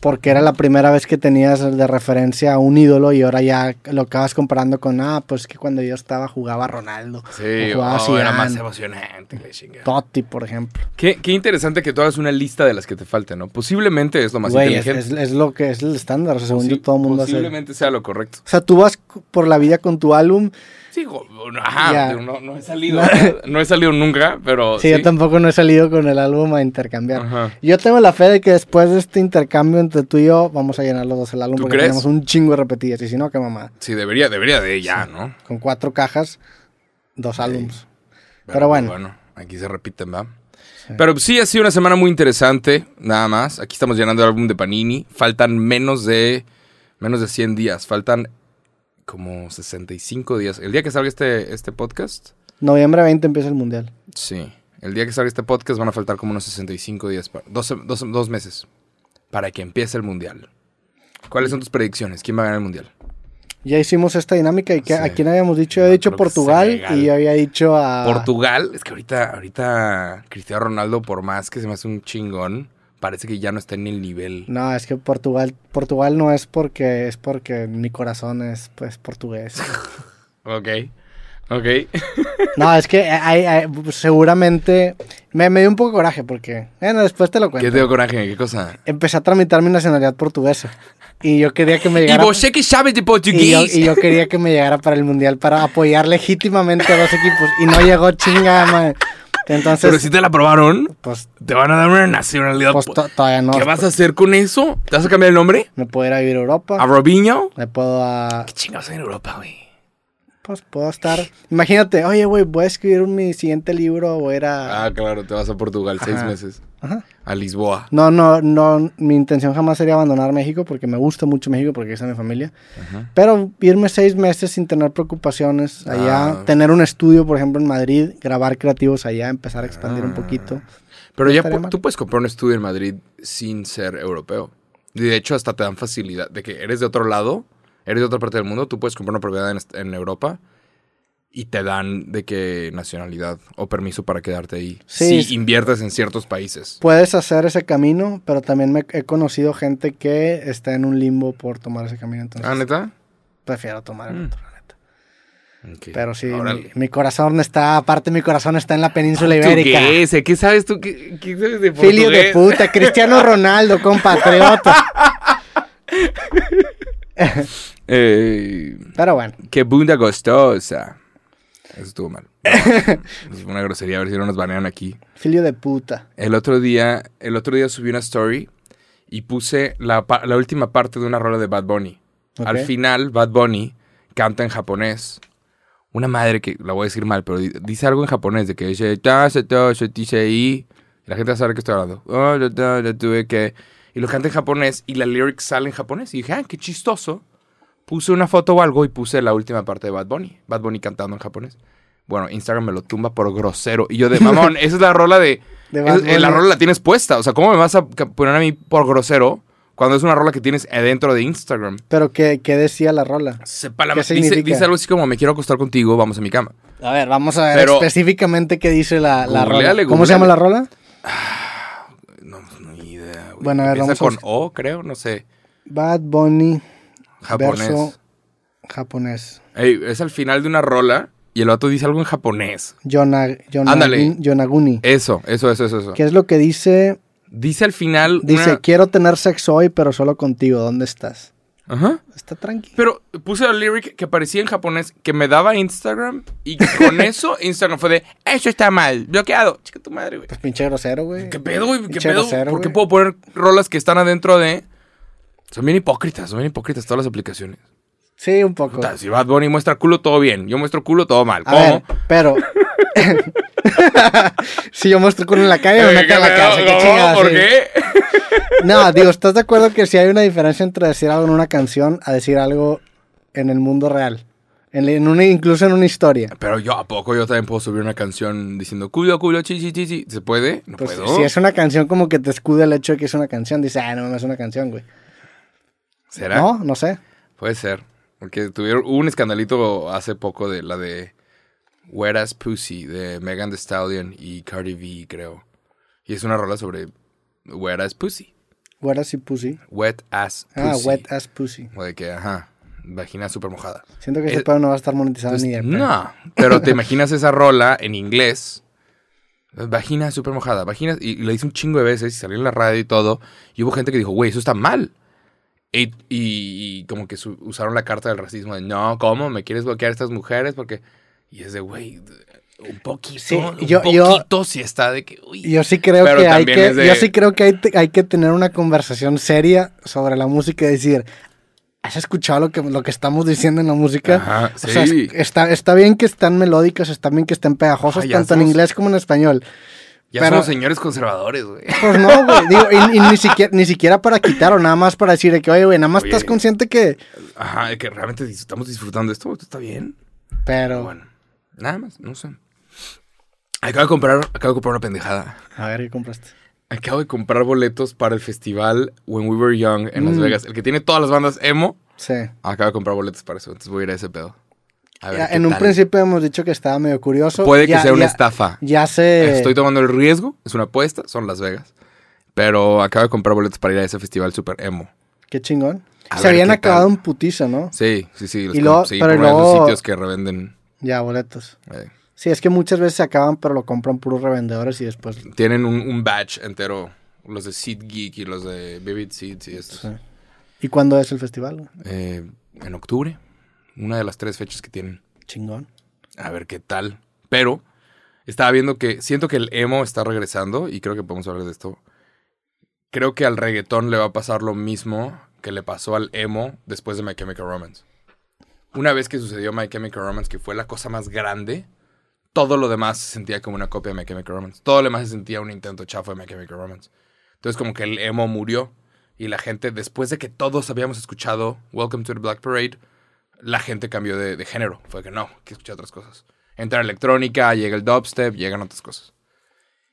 S1: porque era la primera vez que tenías de referencia a un ídolo y ahora ya lo acabas comparando con, ah, pues que cuando yo estaba jugaba Ronaldo.
S2: Sí,
S1: o jugaba
S2: oh, Zidane, era más emocionante.
S1: Totti, por ejemplo.
S2: Qué, qué, interesante que tú hagas una lista de las que te faltan, ¿no? Posiblemente es lo más
S1: Güey,
S2: inteligente.
S1: Es, es, es, lo que es el estándar, o sea, según sí, yo todo el mundo
S2: Posiblemente hace... sea lo correcto.
S1: O sea, tú vas por la vida con tu álbum.
S2: Sí, ajá, no, no, he salido, no he salido nunca, pero...
S1: Sí, sí, yo tampoco no he salido con el álbum a intercambiar. Ajá. Yo tengo la fe de que después de este intercambio entre tú y yo, vamos a llenar los dos el álbum
S2: ¿Tú
S1: porque
S2: crees?
S1: tenemos un chingo de repetidas, y si no, qué mamá.
S2: Sí, debería, debería de ya, sí. ¿no?
S1: Con cuatro cajas, dos sí. álbums.
S2: Pero, pero, bueno. Bueno, aquí se repiten, ¿va? Pero sí, ha sido una semana muy interesante, nada más. Aquí estamos llenando el álbum de Panini. Faltan menos de, menos de 100 días, faltan como 65 días. El día que salga este, este podcast.
S1: Noviembre 20 empieza el mundial.
S2: Sí. El día que salga este podcast van a faltar como unos 65 días, para, dos, dos, dos, meses para que empiece el mundial. ¿Cuáles son tus predicciones? ¿Quién va a ganar el mundial?
S1: Ya hicimos esta dinámica y que, sí. a quién habíamos dicho, yo había dicho Portugal y yo había dicho a...
S2: Portugal, es que ahorita, ahorita Cristiano Ronaldo, por más que se me hace un chingón, parece que ya no está en el nivel.
S1: No, es que Portugal, Portugal no es porque es porque mi corazón es pues portugués.
S2: ok. Ok.
S1: no, es que eh, hay, hay, seguramente me, me dio un poco de coraje porque bueno, después te lo cuento.
S2: ¿Qué te dio coraje? ¿Qué cosa?
S1: Empecé a tramitar mi nacionalidad portuguesa. Y yo quería que me llegara.
S2: Y vos sé que sabes de portugués.
S1: Y yo, y yo quería que me llegara para el mundial para apoyar legítimamente a dos equipos. Y no llegó chinga, madre. Entonces.
S2: Pero si te la aprobaron,
S1: Pues,
S2: te van a dar una nacionalidad.
S1: pues to- todavía no.
S2: ¿Qué vas a hacer con eso? ¿Te vas a cambiar el nombre?
S1: Me puedo ir a vivir a
S2: ¿A
S1: Europa.
S2: Robinho?
S1: Me puedo a.
S2: ¿Qué chingados hay en Europa, güey?
S1: Pues puedo estar. Imagínate, oye, güey, voy a escribir mi siguiente libro. Voy a ir a.
S2: Ah, claro, te vas a Portugal seis
S1: Ajá.
S2: meses.
S1: Ajá.
S2: A Lisboa.
S1: No, no, no. Mi intención jamás sería abandonar México porque me gusta mucho México porque es mi familia.
S2: Ajá.
S1: Pero irme seis meses sin tener preocupaciones allá,
S2: Ah.
S1: tener un estudio, por ejemplo, en Madrid, grabar creativos allá, empezar a expandir un
S2: Ah.
S1: poquito.
S2: Pero
S1: No
S2: ya
S1: estaría
S2: pu-
S1: mal.
S2: tú puedes comprar un estudio en Madrid sin ser europeo. Y de hecho, hasta te dan facilidad de que eres de otro lado, eres de otra parte del mundo, tú puedes comprar una propiedad en, est- en Europa y te dan de que nacionalidad o permiso para quedarte ahí.
S1: Sí.
S2: Si inviertes en ciertos países.
S1: Puedes hacer ese camino, pero también me he conocido gente que está en un limbo por tomar ese camino. Entonces,
S2: Ah, neta.
S1: prefiero tomar el
S2: Mm.
S1: otro, la neta.
S2: Ok.
S1: Pero sí, mi,
S2: Órale.
S1: mi corazón está, aparte mi corazón está en la península ibérica.
S2: Portugués, ¿eh? ¿Qué sabes tú? ¿Qué, qué sabes de portugués?
S1: Filio de puta, Cristiano Ronaldo, compatriota.
S2: Eh,
S1: Pero bueno,
S2: Qué bunda gostosa. Eso estuvo mal. Es una grosería, a ver si no nos banean aquí.
S1: filio de puta.
S2: El otro día, el otro día subí una story y puse la, pa- la última parte de una rola de Bad Bunny.
S1: Ok.
S2: Al final, Bad Bunny canta en japonés. Una madre que, la voy a decir mal, pero di- dice algo en japonés de que dice, "Ta, se, to, se, ti, se, i". Y la gente va a saber que estoy hablando. "Oh, yo, ta, yo tuve que... Y lo canta en japonés y la lyric sale en japonés. Y dije, ah, qué chistoso. Puse una foto o algo y puse la última parte de Bad Bunny. Bad Bunny cantando en japonés. Bueno, Instagram me lo tumba por grosero. Y yo de mamón, esa es la rola de...
S1: De
S2: es-
S1: Bad
S2: eh, la
S1: Bunny.
S2: rola la tienes puesta. O sea, ¿cómo me vas a ca- poner a mí por grosero cuando es una rola que tienes adentro de Instagram?
S1: Pero ¿qué, qué decía la rola?
S2: Sepa la
S1: ¿Qué
S2: dice-
S1: significa?
S2: Dice, algo así como, me quiero acostar contigo, vamos a mi cama.
S1: A ver, vamos a ver
S2: Pero-
S1: específicamente qué dice la, la rola.
S2: Googleale,
S1: ¿Cómo se
S2: googleale.
S1: llama la rola?
S2: No, Pues, no ni idea, güey.
S1: Bueno, a ver,
S2: Empieza
S1: vamos a
S2: con
S1: buscar.
S2: O, creo, no sé.
S1: Bad Bunny
S2: Japonés.
S1: verso japonés.
S2: Ey, es al final de una rola y el vato dice algo en japonés.
S1: Yona, Yona-
S2: Ándale.
S1: Yonaguni.
S2: Eso, eso, eso, eso. eso.
S1: ¿Qué es lo que dice?
S2: Dice al final
S1: Dice,
S2: una-
S1: quiero tener sexo hoy, pero solo contigo. ¿Dónde estás?
S2: Ajá.
S1: Está tranquilo.
S2: Pero puse la lyric que parecía en japonés, que me daba Instagram, y con eso Instagram fue de, eso está mal, bloqueado. Chica tu madre, güey.
S1: Pues pinche grosero, güey.
S2: ¿Qué pedo, güey? ¿Qué
S1: Pinche
S2: pedo?
S1: grosero,
S2: ¿Por qué
S1: güey.
S2: puedo poner rolas que están adentro de...? Son bien hipócritas, son bien hipócritas todas las aplicaciones.
S1: Sí, un poco.
S2: Puta, si Bad Bunny muestra culo, todo bien. Yo muestro culo, todo mal.
S1: A
S2: ¿Cómo?
S1: ver, pero... si yo muestro culo en la calle, me
S2: Eh,
S1: meto en la
S2: ¿qué
S1: casa. ¿Qué
S2: pedo?
S1: chingadas,
S2: ¿Por
S1: sí?
S2: qué?
S1: No, digo, ¿estás de acuerdo que si hay una diferencia entre decir algo en una canción a decir algo en el mundo real? En, en una, incluso en una historia.
S2: Pero yo, ¿a poco yo también puedo subir una canción diciendo culo, culo, chi, chi, chi, chi? ¿Se puede? No
S1: Pues,
S2: puedo.
S1: si es una canción, como que te escude el hecho de que es una canción. Dice, ah, no, no es una canción, güey.
S2: ¿Será?
S1: No, no sé.
S2: Puede ser. Porque tuvieron hubo un escandalito hace poco de la de Wet Ass Pussy de Megan Thee Stallion y Cardi B, creo. Y es una rola sobre Wet Ass Pussy.
S1: Wet as pussy.
S2: Wet Ass Pussy.
S1: Ah, wet as pussy.
S2: O de que, ajá, vagina súper mojada.
S1: Siento que ese
S2: Eh,
S1: pedo no va a estar monetizado
S2: Entonces,
S1: ni de pedo.
S2: no, pero te imaginas esa rola en inglés. Vagina súper mojada, vagina. Y, y la hice un chingo de veces y salió en la radio y todo. Y hubo gente que dijo, güey, eso está mal. Y, y- y como que su- usaron la carta del racismo de, no, ¿cómo? ¿Me quieres bloquear a estas mujeres? Porque. Y es de, güey, un poquito.
S1: Sí,
S2: un
S1: yo- yo-
S2: poquito si está de que, uy.
S1: Yo sí creo
S2: Pero
S1: que hay
S2: también
S1: que,
S2: es de-
S1: yo sí creo que hay, te- hay que tener una conversación seria sobre la música y decir, ¿has escuchado lo que, lo que estamos diciendo en la música?
S2: Ajá,
S1: O sea, es-
S2: sí.
S1: está, está bien que están melódicas, está bien que estén pegajosas,
S2: Ay, ya
S1: tanto en
S2: somos-
S1: inglés como en español.
S2: ya
S1: pero-
S2: somos señores conservadores, güey.
S1: Pues no, güey. Digo, y, y ni, siquiera, ni siquiera para quitar o nada más para decir de que, oye, güey, nada más
S2: Oye.
S1: estás consciente que.
S2: Ajá, de que realmente dis- estamos disfrutando de esto, esto está bien.
S1: Pero.
S2: Bueno, nada más, no sé. Acabo de comprar, acabo de comprar una pendejada.
S1: A ver, ¿qué compraste?
S2: Acabo de comprar boletos para el festival When We Were Young en Las Vegas. El que tiene todas las bandas emo,
S1: Sí.
S2: acabo de comprar boletos para eso. Entonces voy a ir a ese pedo. A ver
S1: Ya,
S2: qué
S1: en un
S2: tal.
S1: principio hemos dicho que estaba medio curioso.
S2: Puede que
S1: Ya-
S2: sea una
S1: ya-
S2: estafa.
S1: Ya sé.
S2: Estoy tomando el riesgo, es una apuesta, son Las Vegas. Pero acabo de comprar boletos para ir a ese festival super emo.
S1: Qué chingón.
S2: A
S1: Se
S2: ver
S1: habían
S2: qué
S1: acabado
S2: tal.
S1: en putiza, ¿no?
S2: Sí, sí, sí. Los
S1: Y luego-
S2: comp- sí,
S1: pero
S2: por varios
S1: luego-
S2: sitios que revenden.
S1: Ya, boletos.
S2: eh,
S1: Sí, es que muchas veces se acaban, pero lo compran puros revendedores y después.
S2: tienen un, un batch entero. Los de Seat Geek y los de Vivid Seats y estos.
S1: Sí. ¿Y cuándo es el festival?
S2: Eh, en octubre, una de las tres fechas que tienen.
S1: Chingón.
S2: A ver qué tal. Pero estaba viendo que siento que el emo está regresando y creo que podemos hablar de esto. Creo que al reggaetón le va a pasar lo mismo que le pasó al emo después de My Chemical Romance. Una vez que sucedió My Chemical Romance, que fue la cosa más grande, todo lo demás se sentía como una copia de My Chemical Romance. Todo lo demás se sentía un intento chafo de My Chemical Romance. Entonces como que el emo murió y la gente, después de que todos habíamos escuchado Welcome to the Black Parade, la gente cambió de, de género. Fue que no, que escuchar otras cosas. Entra electrónica, llega el dubstep, llegan otras cosas.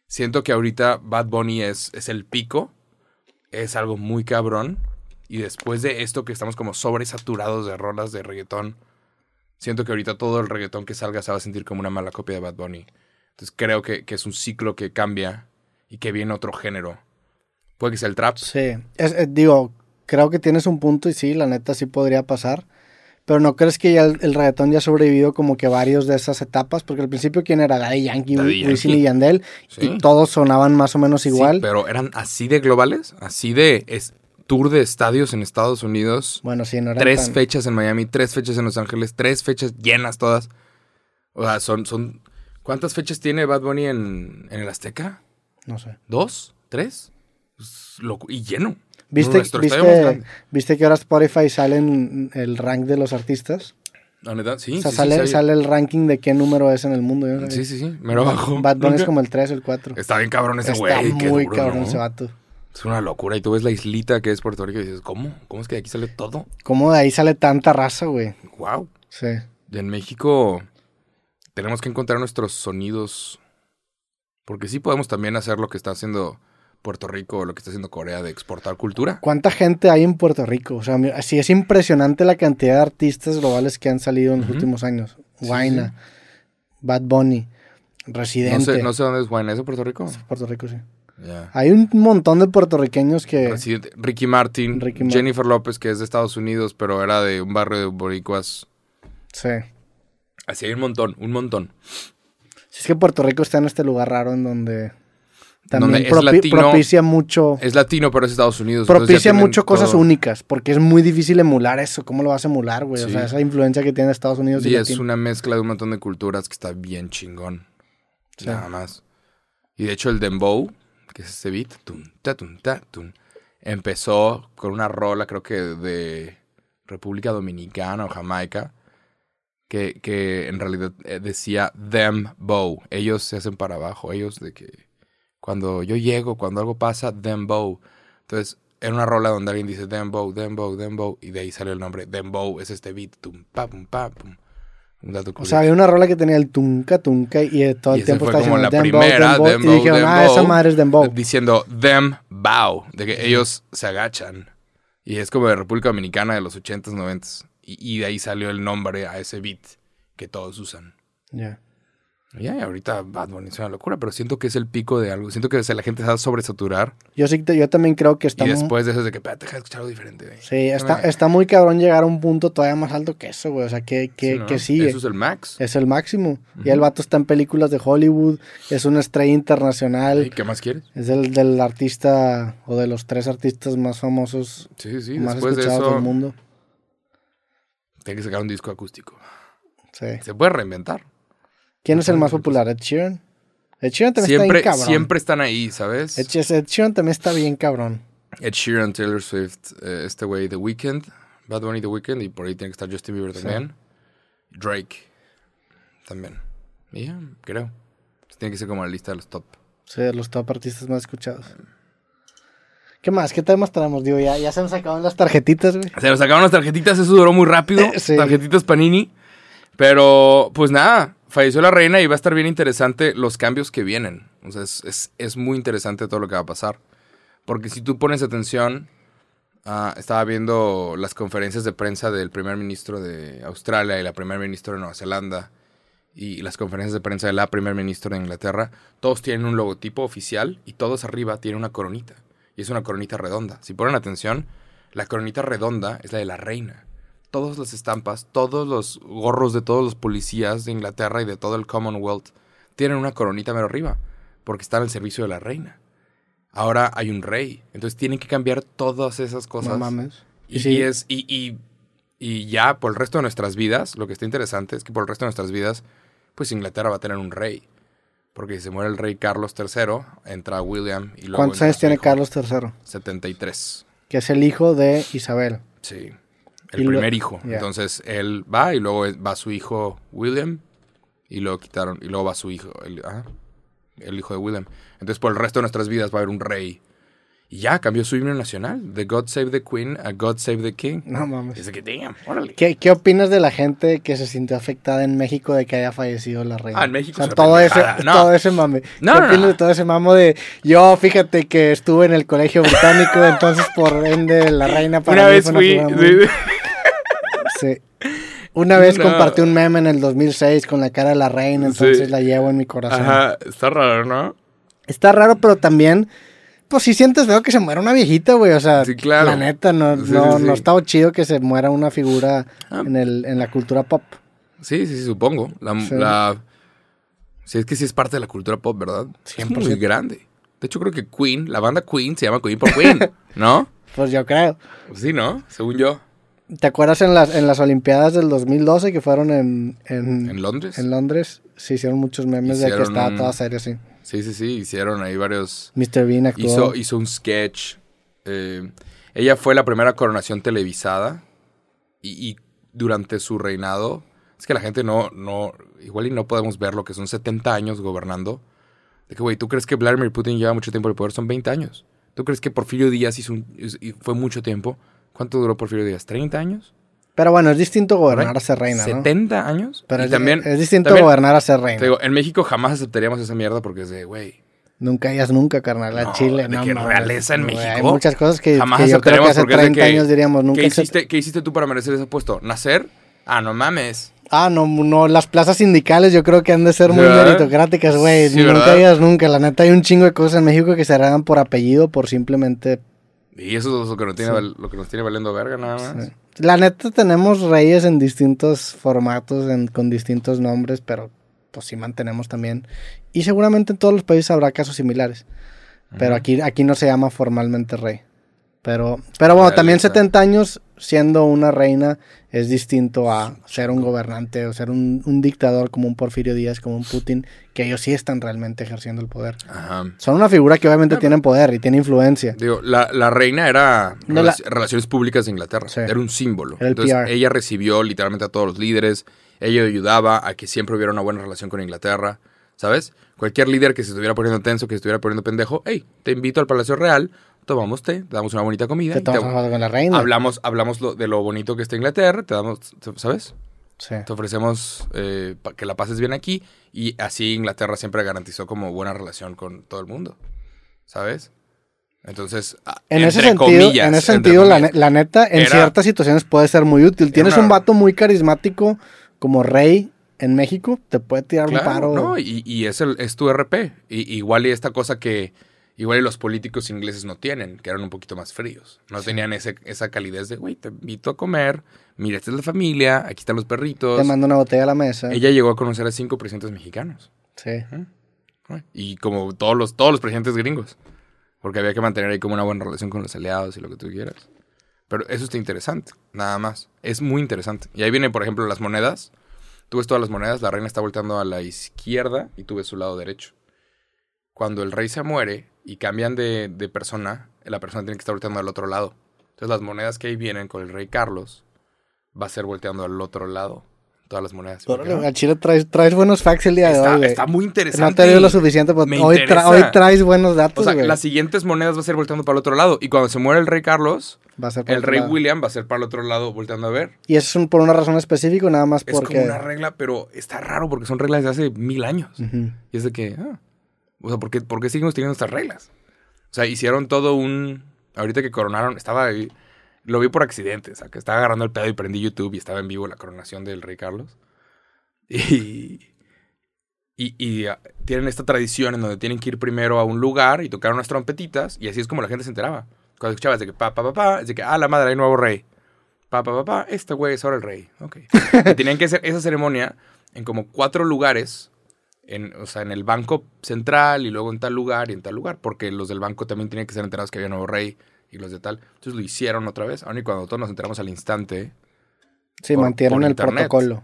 S2: Siento que ahorita Bad Bunny es, es el pico, es algo muy cabrón. Y después de esto que estamos como sobresaturados de rolas de reggaetón, siento que ahorita todo el reggaetón que salga se va a sentir como una mala copia de Bad Bunny. Entonces creo que, que es un ciclo que cambia y que viene otro género. Puede que sea el trap.
S1: Sí, es, eh, digo, creo que tienes un punto y sí, la neta sí podría pasar. Pero ¿no crees que ya el, el reggaetón ya ha sobrevivido como que varios de esas etapas? Porque al principio, ¿quién era? Daddy Yankee,
S2: Daddy
S1: Wisin
S2: Yankee.
S1: y Yandel.
S2: Sí.
S1: Y todos sonaban más o menos igual.
S2: Sí, pero eran así de globales, así de es- tour de estadios en Estados Unidos,
S1: Bueno, sí, no eran
S2: tres
S1: tan-
S2: fechas en Miami, tres fechas en Los Ángeles, tres fechas llenas todas. O sea, son, son ¿cuántas fechas tiene Bad Bunny en, en el Azteca?
S1: No sé.
S2: ¿Dos? ¿Tres? Es loco- y lleno.
S1: ¿Viste,
S2: Nuestro estadio más
S1: viste,
S2: grande.
S1: ¿Viste que ahora Spotify sale en el rank de los artistas?
S2: La neta, sí,
S1: O sea,
S2: sí, sí,
S1: sale,
S2: sí,
S1: sale el ranking de qué número es en el mundo. yo no sabía.
S2: Sí, sí, sí, mero abajo.
S1: Bad Bunny es
S2: Nunca-
S1: como el 3 o el 4.
S2: Está bien cabrón ese
S1: Está
S2: güey. qué
S1: muy
S2: duro,
S1: cabrón
S2: ¿no?
S1: ese vato.
S2: Es una locura. Y tú ves la islita que es Puerto Rico y dices, ¿cómo? ¿Cómo es que de aquí sale todo?
S1: ¿Cómo de ahí sale tanta raza, güey?
S2: ¡Wow!
S1: Sí.
S2: En México tenemos que encontrar nuestros sonidos. Porque sí podemos también hacer lo que está haciendo Puerto Rico o lo que está haciendo Corea de exportar cultura.
S1: ¿Cuánta gente hay en Puerto Rico? O sea, mi- sí es impresionante la cantidad de artistas globales que han salido en los
S2: Ujú.
S1: últimos años.
S2: Sí,
S1: Huayna, Bad Bunny,
S2: No
S1: Residente.
S2: sé, no sé dónde es Juan, ¿es de Puerto Rico?
S1: Puerto Rico, sí. Ah,
S2: Ya.
S1: Hay un montón de puertorriqueños que...
S2: Residente- Ricky Martin,
S1: eh, Ricky Martin.
S2: Jennifer López, que es de Estados Unidos, pero era de un barrio de boricuas.
S1: Sí.
S2: Así hay un montón, un montón.
S1: Si es que Puerto Rico está en este lugar raro en donde también
S2: Donde es
S1: propi-
S2: latino,
S1: propicia mucho,
S2: Es latino, pero es Estados Unidos. entonces ya
S1: propicia
S2: tienen
S1: mucho cosas
S2: todo.
S1: únicas, porque es muy difícil emular eso. ¿Cómo lo vas a emular, güey? O
S2: Sí.
S1: sea, esa influencia que tiene Estados Unidos y,
S2: Y es
S1: Latino.
S2: una mezcla de un montón de culturas que está bien chingón.
S1: Sí.
S2: Nada más. Y de hecho el dembow, que es ese beat, tum, ta, tum, ta, tum, empezó con una rola creo que de República Dominicana o Jamaica, que, que en realidad eh, decía them bow. Ellos se hacen para abajo, ellos de que cuando yo llego, cuando algo pasa, them bow. Entonces era una rola donde alguien dice them bow, them bow, them bow, y de ahí sale el nombre them bow, es este beat, tum, pa, pum, pa, pum. Un dato
S1: O
S2: curioso.
S1: sea, había una rola que tenía el tunca tunca y eh, todo
S2: Y
S1: el
S2: esa
S1: tiempo
S2: fue
S1: estaba
S2: como
S1: diciendo
S2: la
S1: dembow,
S2: primera,
S1: dembow",
S2: dembow,
S1: y dijeron, ah,
S2: dembow".
S1: esa madre es dembow.
S2: diciendo them bow, de que ellos se agachan. Y es como de República Dominicana de los 80s, 90s. Y, y de ahí salió el nombre a ese beat que todos usan.
S1: Ya.
S2: Y ya, ahorita Bad Bunny es una locura, pero siento que es el pico de algo. Siento que se- la gente se va a sobresaturar.
S1: Yo sí, te- yo también creo que está,
S2: y
S1: mu-
S2: después de eso es de que, espérate, deja de escuchar algo diferente. güey".
S1: sí, está,
S2: Eh,
S1: está muy cabrón llegar a un punto todavía más alto que eso, güey. O sea, que, que,
S2: ¿no?
S1: que sigue.
S2: Eso es el max.
S1: Es el máximo. Y el vato está en películas de Hollywood, es una estrella internacional.
S2: ¿Y qué más quieres?
S1: Es del, del artista o de los tres artistas más famosos,
S2: Sí, sí,
S1: más
S2: después de
S1: escuchados
S2: eso,
S1: del mundo.
S2: tiene que sacar un disco acústico.
S1: Sí.
S2: Se puede reinventar.
S1: ¿Quién es el más
S2: Ujú.
S1: popular? Ed Sheeran. Ed Sheeran también
S2: Siempre,
S1: está bien cabrón.
S2: siempre están ahí, ¿sabes?
S1: Ed, She- Ed Sheeran también está bien cabrón.
S2: Ed Sheeran, Taylor Swift, eh, este güey, The Weeknd, Bad Bunny, The Weeknd, y por ahí tiene que estar Justin Bieber
S1: Sí.
S2: también. Drake también. Y ya, creo. Tiene que ser como la lista de los top.
S1: Sí, de los top artistas más escuchados. ¿Qué más? ¿Qué temas tenemos? Digo, ya, ya se nos acaban las tarjetitas, güey.
S2: Se nos acabaron las tarjetitas, eso duró muy rápido.
S1: Eh, sí.
S2: Tarjetitas Panini. Pero, pues nada, falleció la reina y va a estar bien interesante los cambios que vienen. O sea, es, es- es muy interesante todo lo que va a pasar. Porque si tú pones atención, ah, estaba viendo las conferencias de prensa del primer ministro de Australia y la primer ministro de Nueva Zelanda y las conferencias de prensa de la primer ministro de Inglaterra. Todos tienen un logotipo oficial y todos arriba tienen una coronita. Y es una coronita redonda. Si ponen atención, la coronita redonda es la de la reina. Todas las estampas, todos los gorros de todos los policías de Inglaterra y de todo el Commonwealth tienen una coronita mero arriba, porque están al servicio de la reina. Ahora hay un rey, entonces tienen que cambiar todas esas cosas
S1: No mames.
S2: Y, sí. y es, y, y, y, ya por el resto de nuestras vidas, lo que está interesante es que por el resto de nuestras vidas, pues Inglaterra va a tener un rey. Porque si se muere el rey Carlos III, entra William y luego
S1: ¿Cuántos años tiene hijo, Carlos III?
S2: 73.
S1: Que es el hijo de Isabel.
S2: Sí, el primer lo, hijo. Yeah. Entonces él va y luego va su hijo William y luego quitaron, y luego va su hijo, el, ¿ah? el hijo de William. Entonces por el resto de nuestras vidas va a haber un rey. Y ya cambió su himno nacional, de God Save the Queen a God Save the King.
S1: No mames.
S2: Dice que, damn, órale.
S1: ¿Qué, ¿Qué, opinas de la gente que se sintió afectada en México de que haya fallecido la reina?
S2: Ah, en México.
S1: O sea, se todo, ese, no. todo ese mame.
S2: No,
S1: ¿Qué
S2: no,
S1: opinas de todo ese mamo de yo, fíjate que estuve en el colegio británico, entonces por ende la reina para
S2: una
S1: mí
S2: vez
S1: fue
S2: fui.
S1: Una sí. sí. Una vez no. compartí un meme en el 2006 con la cara de la reina, entonces sí. la llevo en mi corazón.
S2: Ajá, está raro, ¿no?
S1: Está raro, pero también, pues si sientes veo que se muera una viejita, güey. O sea, sí, claro. la neta, no, sí, no, no está chido que se muera una figura ah. en, el, en la cultura pop.
S2: Sí, sí, supongo. La, la, sí, es que sí es parte de la cultura pop, ¿verdad? Siempre. Es muy grande. De hecho, creo que Queen, la banda Queen se llama Queen por Queen, ¿no?
S1: Pues yo creo.
S2: Sí, ¿no? Según yo.
S1: ¿Te acuerdas en las, en las Olimpiadas del 2012 que fueron en,
S2: en, en, Londres?
S1: En Londres se hicieron muchos memes hicieron de que estaba
S2: un...
S1: toda seria así.
S2: Sí, sí, sí, hicieron ahí varios...
S1: Mr. Bean actuó.
S2: Hizo, hizo un sketch. Eh, ella fue la primera coronación televisada y, y, durante su reinado... Es que la gente no, no, igual y no podemos ver lo que son 70 años gobernando. De que, güey, ¿tú crees que Vladimir Putin lleva mucho tiempo en el poder? Son 20 años. ¿Tú crees que Porfirio Díaz hizo un, fue mucho tiempo? ¿Cuánto duró Porfirio Díaz? ¿30 años?
S1: Pero bueno, es distinto gobernar a ser reina,
S2: ¿no? ¿70 años?
S1: Pero es, también, es distinto también, gobernar a ser reina.
S2: Te digo, en México jamás aceptaríamos esa mierda porque es de, güey.
S1: Nunca hayas nunca, carnal, a
S2: no,
S1: Chile.
S2: De
S1: no,
S2: que
S1: no,
S2: realeza en México.
S1: Hay muchas cosas que, jamás que yo creo que hace 30
S2: que,
S1: años diríamos nunca.
S2: ¿qué hiciste, ¿Qué hiciste tú para merecer ese puesto? ¿Nacer? Ah, no mames.
S1: Ah, no, no, las plazas sindicales yo creo que han de ser muy ¿verdad? meritocráticas, güey.
S2: Sí,
S1: nunca
S2: ¿verdad?
S1: digas nunca. La neta, hay un chingo de cosas en México que se harán por apellido, por simplemente.
S2: Y eso es lo que nos tiene, sí. lo que nos tiene valiendo verga, nada más. Sí.
S1: pues, eh. La neta, tenemos reyes en distintos formatos, en, con distintos nombres, pero pues sí mantenemos también. Y seguramente en todos los países habrá casos similares. Pero uh -huh. aquí, aquí no se llama formalmente rey. Pero, pero bueno, Realista. también 70 años siendo una reina es distinto a ser un gobernante o ser un, un, dictador como un Porfirio Díaz, como un Putin, que ellos sí están realmente ejerciendo el poder.
S2: Ajá.
S1: Son una figura que obviamente Ajá. tienen poder y tienen influencia.
S2: Digo, la, la reina era no, relac la... Relaciones Públicas de Inglaterra, sí. era un símbolo.
S1: Era el
S2: Entonces,
S1: PR.
S2: ella recibió literalmente a todos los líderes, ella ayudaba a que siempre hubiera una buena relación con Inglaterra. ¿Sabes? Cualquier líder que se estuviera poniendo tenso, que se estuviera poniendo pendejo, hey, te invito al Palacio Real, tomamos té, te damos una bonita comida.
S1: Te tomas una con la reina.
S2: Hablamos, hablamos lo, de lo bonito que está Inglaterra, te damos, ¿sabes?
S1: Sí.
S2: Te ofrecemos eh, pa que la pases bien aquí y así Inglaterra siempre garantizó como buena relación con todo el mundo, ¿sabes? Entonces, ah,
S1: en
S2: entre
S1: ese sentido,
S2: comillas,
S1: en ese sentido la,
S2: comillas,
S1: ne la, neta, en
S2: era-
S1: ciertas situaciones puede ser muy útil. Tienes
S2: una-
S1: un vato muy carismático como rey en México, te puede tirar
S2: claro,
S1: un paro.
S2: no, y, y es, el, es tu RP. Y, igual y esta cosa que, Igual y los políticos ingleses no tienen, que eran un poquito más fríos. No tenían ese, esa calidez de, güey, te invito a comer, mira, esta es la familia, aquí están los perritos.
S1: Te mando una botella a la mesa.
S2: pues Ella llegó a conocer a cinco presidentes mexicanos.
S1: Sí.
S2: ¿no? Y como todos los, todos los presidentes gringos. Porque había que mantener ahí como una buena relación con los aliados y lo que tú quieras. Pero eso está interesante, nada más. Es muy interesante. Y ahí viene, por ejemplo, las monedas. Tú ves todas las monedas, la reina está volteando a la izquierda y tú ves su lado derecho. Cuando el rey se muere, y cambian de, de, persona, la persona tiene que estar volteando al otro lado. Entonces las monedas que ahí vienen con el rey Carlos va a ser volteando al otro lado. Todas las monedas.
S1: Órale, al Chile traes, traes buenos facts el día de
S2: Está,
S1: hoy. güey.
S2: está muy
S1: No
S2: interesante.
S1: te dio lo suficiente, pero
S2: Me
S1: hoy, tra-
S2: interesa.
S1: hoy traes buenos datos.
S2: o sea,
S1: güey.
S2: las siguientes monedas va a ser volteando para el otro lado. Y cuando se muere el rey Carlos,
S1: Va a ser por
S2: el
S1: otro
S2: rey
S1: lado.
S2: William va a ser para el otro lado volteando a ver.
S1: Y eso es un- por una razón específica, nada más
S2: Es
S1: porque.
S2: como una regla, pero está raro porque son reglas de hace mil años.
S1: Ujú.
S2: Y es de que, ah, o sea, ¿por qué, por qué seguimos teniendo estas reglas? O sea, hicieron todo un... Ahorita que coronaron, estaba ahí, lo vi por accidente, o sea, que estaba agarrando el pedo y prendí YouTube y estaba en vivo la coronación del rey Carlos. Y... Y, y, ah, tienen esta tradición en donde tienen que ir primero a un lugar y tocar unas trompetitas y así es como la gente se enteraba. Cuando escuchabas de que pa, pa, pa, pa, es de que, ah, la madre, hay nuevo rey. Pa, pa, pa, pa, este güey es ahora el rey. Ok. Y tenían que hacer esa ceremonia en como cuatro lugares en, o sea, en el banco central y luego en tal lugar y en tal lugar, porque los del banco también tenían que ser enterados que había nuevo rey y los de tal. Entonces lo hicieron otra vez, aun y cuando todos nos enteramos al instante.
S1: Sí,
S2: por-
S1: mantieron
S2: por
S1: el
S2: internet.
S1: protocolo.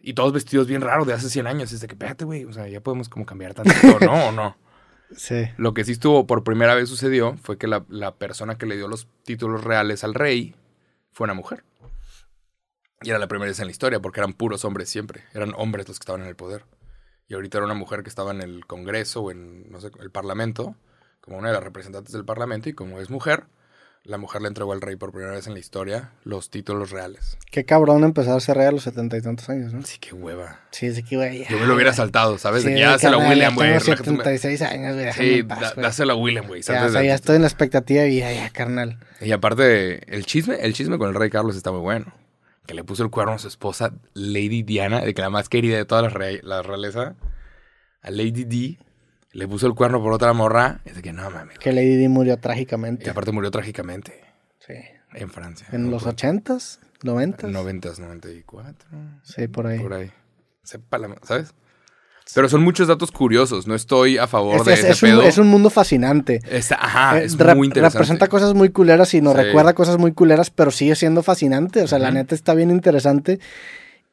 S2: Y todos vestidos bien raros de hace 100 años. Es de que, espérate, güey, o sea, ya podemos como cambiar tantito, ¿no? ¿O no?
S1: Sí.
S2: Lo que sí estuvo por primera vez sucedió fue que la, la persona que le dio los títulos reales al rey fue una mujer. Y era la primera vez en la historia porque eran puros hombres siempre. Eran hombres los que estaban en el poder. Y ahorita era una mujer que estaba en el Congreso o en, no sé, el Parlamento, como una de las representantes del Parlamento. Y como es mujer, la mujer le entregó al rey por primera vez en la historia los títulos reales.
S1: Qué cabrón empezar a cerrar a los setenta y tantos años, ¿no?
S2: Así que hueva.
S1: Sí, es que, güey.
S2: Yo me lo hubiera saltado, ¿sabes?
S1: Sí,
S2: De que ya se la
S1: carnal,
S2: William, güey.
S1: Tengo
S2: relájate, tú me-
S1: 76 años, güey. déjame
S2: Sí,
S1: en paz,
S2: da-
S1: güey.
S2: dásela a William, güey.
S1: Ya,
S2: salte
S1: o sea,
S2: de-
S1: ya estoy en la expectativa de vida, ya, carnal.
S2: Y aparte, el chisme, el chisme con el rey Carlos está muy bueno. Que le puso el cuerno a su esposa, Lady Diana, de que la más querida de toda la, re- la realeza, a Lady D, le puso el cuerno por otra morra. Es de que no mames.
S1: Que Lady Di murió
S2: Y
S1: trágicamente.
S2: aparte murió trágicamente
S1: Sí.
S2: en Francia.
S1: En los 80s, 90s.
S2: 90, 94.
S1: Sí, por ahí.
S2: Por ahí. Sepa la ma- ¿Sabes? Pero son muchos datos curiosos. No estoy a favor
S1: Es,
S2: de
S1: es-
S2: ese
S1: es un,
S2: pedo.
S1: es un mundo fascinante.
S2: Está- ajá,
S1: Eh,
S2: es
S1: rep-
S2: muy interesante.
S1: Representa cosas muy culeras y nos
S2: Sí.
S1: recuerda cosas muy culeras, pero sigue siendo fascinante. O sea, la
S2: Ujú.
S1: neta está bien interesante.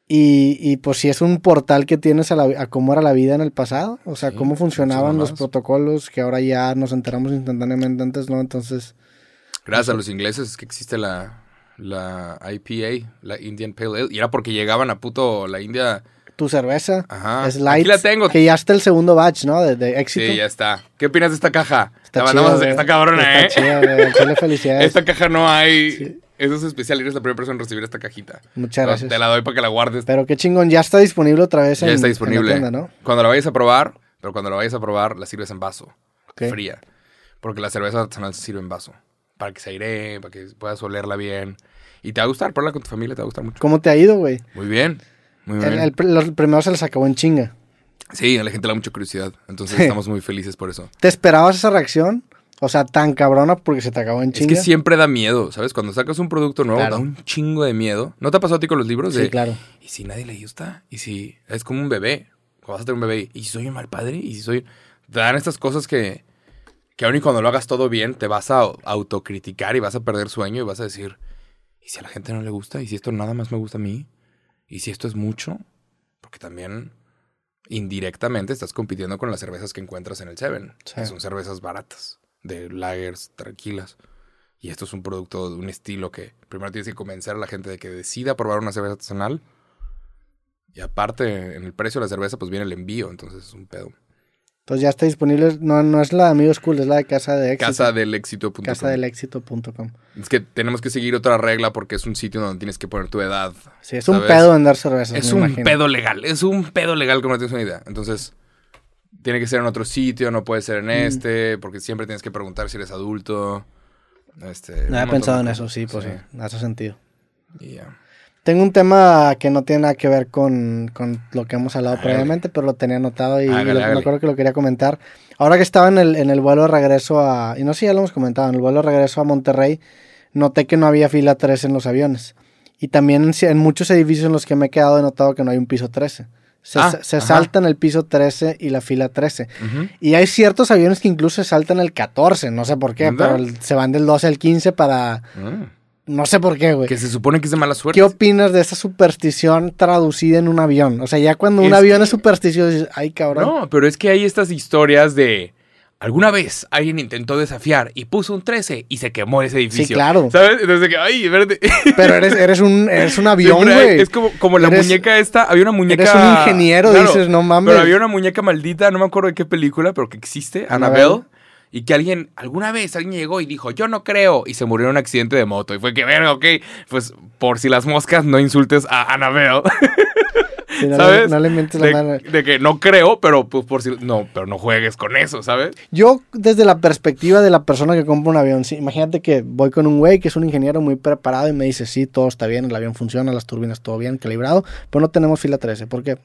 S1: Y, y, pues sí es un portal que tienes a, la vi- a cómo era la vida en el pasado. O sea,
S2: Sí,
S1: cómo funcionaban los
S2: muchas mamás.
S1: protocolos que ahora ya nos enteramos instantáneamente antes, ¿no? Entonces,
S2: Gracias a los ingleses es que existe la, la IPA, la Indian Pale Ale. Y era porque llegaban a puto la India.
S1: tu cerveza
S2: Ajá.
S1: es light.
S2: Aquí la tengo.
S1: Que ya está el segundo batch, ¿no? De, de éxito.
S2: Sí, ya está. ¿Qué opinas de esta caja?
S1: Está
S2: la
S1: chido,
S2: mandamos a hacer.
S1: güey.
S2: Está cabrona,
S1: Está
S2: ¿eh?
S1: chido, güey. Al chile, felicidades.
S2: Esta caja no hay.
S1: Sí.
S2: Eso es especial. Eres la primera persona en recibir esta cajita.
S1: Muchas gracias.
S2: Te la doy para que la guardes.
S1: Pero qué chingón, ya está disponible otra vez en,
S2: ya está
S1: en la
S2: disponible.
S1: tienda, ¿no?
S2: Cuando la vayas a probar, pero cuando la vayas a probar, la sirves en vaso.
S1: Ok.
S2: Fría. Porque la cerveza artesanal se sirve en vaso. Para que se airee, para que puedas olerla bien. Y te va a gustar, pruébala con tu familia, te va a gustar mucho.
S1: ¿Cómo te ha ido, güey?
S2: Muy bien. Muy bien.
S1: El, el pr- los primeros se les acabó en chinga.
S2: Sí, a la gente le da mucha curiosidad. Entonces
S1: Sí.
S2: estamos muy felices por eso.
S1: ¿Te esperabas esa reacción? O sea, tan cabrona porque se te acabó en chinga.
S2: Es que siempre da miedo, ¿sabes? Cuando sacas un producto nuevo,
S1: Claro.
S2: da un chingo de miedo. ¿No te ha pasado a ti con los libros?
S1: Sí,
S2: pues, de,
S1: claro.
S2: ¿Y si nadie le gusta? ¿Y si es como un bebé? Cuando vas a tener un bebé, ¿y si soy un mal padre? ¿Y si soy...? Te dan estas cosas que, que aun y cuando lo hagas todo bien, te vas a autocriticar y vas a perder sueño y vas a decir, ¿y si a la gente no le gusta? ¿Y si esto nada más me gusta a mí? ¿Y si esto es mucho? Porque también indirectamente estás compitiendo con las cervezas que encuentras en el Seven.
S1: Sí.
S2: Que son cervezas baratas, de lagers tranquilas. Y esto es un producto de un estilo que primero tienes que convencer a la gente de que decida probar una cerveza artesanal. Y aparte, en el precio de la cerveza, pues viene el envío, entonces es un pedo.
S1: Entonces ya está disponible. No, no es la de Amigos Cool, es la de Casa de Éxito.
S2: Casa del éxito.
S1: Casadelexito.com.
S2: Es que tenemos que seguir otra regla porque es un sitio donde tienes que poner tu edad.
S1: Sí, es un
S2: ¿Sabes?
S1: pedo vender cervezas.
S2: Es
S1: me
S2: un
S1: imagino.
S2: pedo legal, es un pedo legal como no tienes una idea. Entonces, tiene que ser en otro sitio, no puede ser en
S1: Mm.
S2: este, porque siempre tienes que preguntar si eres adulto. Este, un
S1: No había
S2: montón
S1: pensado
S2: de
S1: en eso,
S2: cosas.
S1: sí, pues sí, hace sentido.
S2: Y ya.
S1: Tengo un tema que no tiene nada que ver con, con lo que hemos hablado
S2: Hágale.
S1: previamente, pero lo tenía anotado y
S2: Hágale,
S1: lo- me
S2: hágale.
S1: acuerdo que lo quería comentar. Ahora que estaba en el, en el vuelo de regreso a. Y no sé si ya lo hemos comentado, en el vuelo de regreso a Monterrey, noté que no había fila 3 en los aviones. Y también en, ci- en muchos edificios en los que me he quedado he notado que no hay un piso 13. Se,
S2: Ah,
S1: se
S2: ajá.
S1: saltan el piso 13 y la fila 13.
S2: Ujú.
S1: Y hay ciertos aviones que incluso se saltan el 14, no sé por qué,
S2: ¿Neta?
S1: pero el- se van del 12 al 15 para.
S2: Mm.
S1: No sé por qué, güey.
S2: Que se supone que es de mala suerte.
S1: ¿Qué opinas de esa superstición traducida en un avión? O sea, ya cuando un
S2: Es
S1: avión
S2: que-
S1: es supersticioso, dices, ay cabrón.
S2: No, pero es que hay estas historias de. Alguna vez alguien intentó desafiar y puso un 13 y se quemó ese edificio.
S1: claro.
S2: ¿Sabes? Entonces, que, ay, espérate.
S1: Pero eres, eres un, eres un avión,
S2: Siempre hay-
S1: güey.
S2: Es como, como la
S1: Eres-
S2: muñeca esta. Había una muñeca.
S1: Eres un ingeniero,
S2: Claro,
S1: dices, no mames.
S2: Pero había una muñeca maldita, no me acuerdo de qué película, pero que existe,
S1: Annabelle.
S2: Annabelle. Y que alguien, alguna vez alguien llegó y dijo, yo no creo, y se murió en un accidente de moto. Y fue que, verga, ok, pues por si las moscas no insultes a Annabelle.
S1: Sí, no,
S2: ¿sabes?
S1: Le, no le mientes la
S2: de,
S1: madre.
S2: de que no creo, pero pues por si. No, pero no juegues con eso, ¿sabes?
S1: Yo, desde la perspectiva de la persona que compra un avión, sí, imagínate que voy con un güey que es un ingeniero muy preparado y me dice, sí, todo está bien, el avión funciona, las turbinas todo bien, calibrado, pero no tenemos fila 13. ¿Por qué?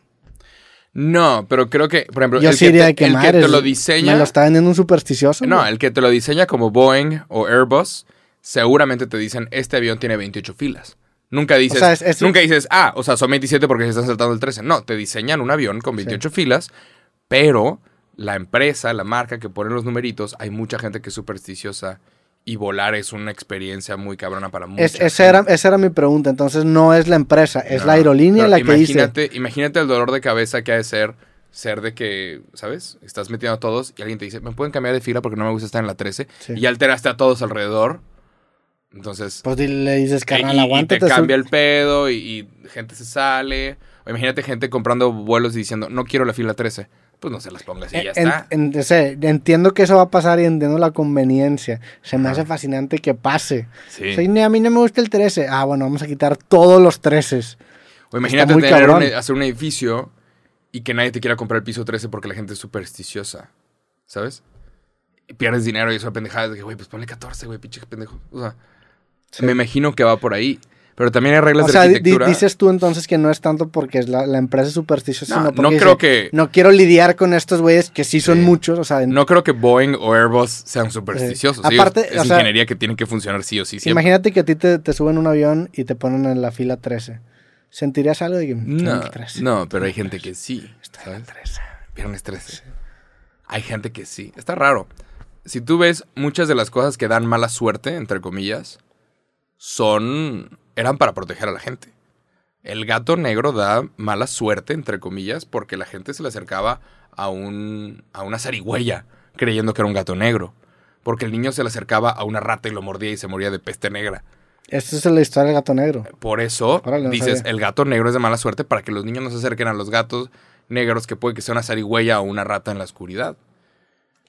S2: No, pero creo que, por ejemplo,
S1: Yo
S2: el,
S1: sí
S2: que
S1: diría
S2: te,
S1: que
S2: el que
S1: madres,
S2: te lo diseña.
S1: Me lo está vendiendo un supersticioso.
S2: No,
S1: güey.
S2: el que te lo diseña como Boeing o Airbus, seguramente te dicen, este avión tiene 28 filas. Nunca dices,
S1: sea, es- es-
S2: nunca dices, ah, o sea, son 27 porque se están saltando el 13. No, te diseñan un avión con 28 filas, pero la empresa, la marca que pone los numeritos, hay mucha gente que es supersticiosa y volar es una experiencia muy cabrona para muchos.
S1: Es, esa, era, esa era mi pregunta. Entonces, no es la empresa, es no, la aerolínea la que
S2: imagínate, dice. Imagínate el dolor de cabeza que ha de ser ser de que, ¿sabes? Estás metiendo a todos y alguien te dice, ¿me pueden cambiar de fila porque no me gusta estar en la 13? Sí. Y alteraste a todos alrededor. Entonces. e
S1: Pues le dices, carnal, aguanta.
S2: Te cambia el pedo y, y, gente se sale. O imagínate gente comprando vuelos y diciendo, no quiero la fila 13 pues no se las pongas y ya en, está.
S1: E En, sé, entiendo que eso va a pasar y entiendo la conveniencia. Se me ah. hace fascinante que pase. Sí. O sea, a mí no me gusta el 13. Ah, bueno, vamos a quitar todos los 13.
S2: O Pues imagínate tener un, e, hacer un edificio y que nadie te quiera comprar el piso 13 porque la gente es supersticiosa. ¿Sabes? Y pierdes dinero y eso pendejada de que, güey, pues ponle 14, güey, pinche pendejo. O sea, sí. me imagino que va por ahí. Pero también hay reglas o sea, de arquitectura.
S1: dices tú entonces que no es tanto porque es la, la empresa supersticiosa,
S2: no,
S1: sino porque
S2: no creo dice, que
S1: no quiero lidiar con estos güeyes que sí son eh, muchos, o sea,
S2: no creo que Boeing o Airbus sean supersticiosos. Eh, aparte, Ellos, es o sea, ingeniería que tiene que funcionar sí o sí siempre.
S1: Imagínate que a ti te, te suben un avión y te ponen en la fila 13. ¿Sentirías algo "Mm, de que
S2: no, no, pero hay gente que sí, ¿sabes? Viernes 13. Sí. Hay gente que sí. Está raro. Si tú ves muchas de las cosas que dan mala suerte, entre comillas, son eran para proteger a la gente. El gato negro da mala suerte, entre comillas, porque la gente se le acercaba a, un, a una zarigüeya creyendo que era un gato negro. Porque el niño se le acercaba a una rata y lo mordía y se moría de peste negra.
S1: Esta es la historia del gato negro.
S2: Por eso Órale, no dices, sabía. el gato negro es de mala suerte para que los niños no se acerquen a los gatos negros que puede que sea una zarigüeya o una rata en la oscuridad.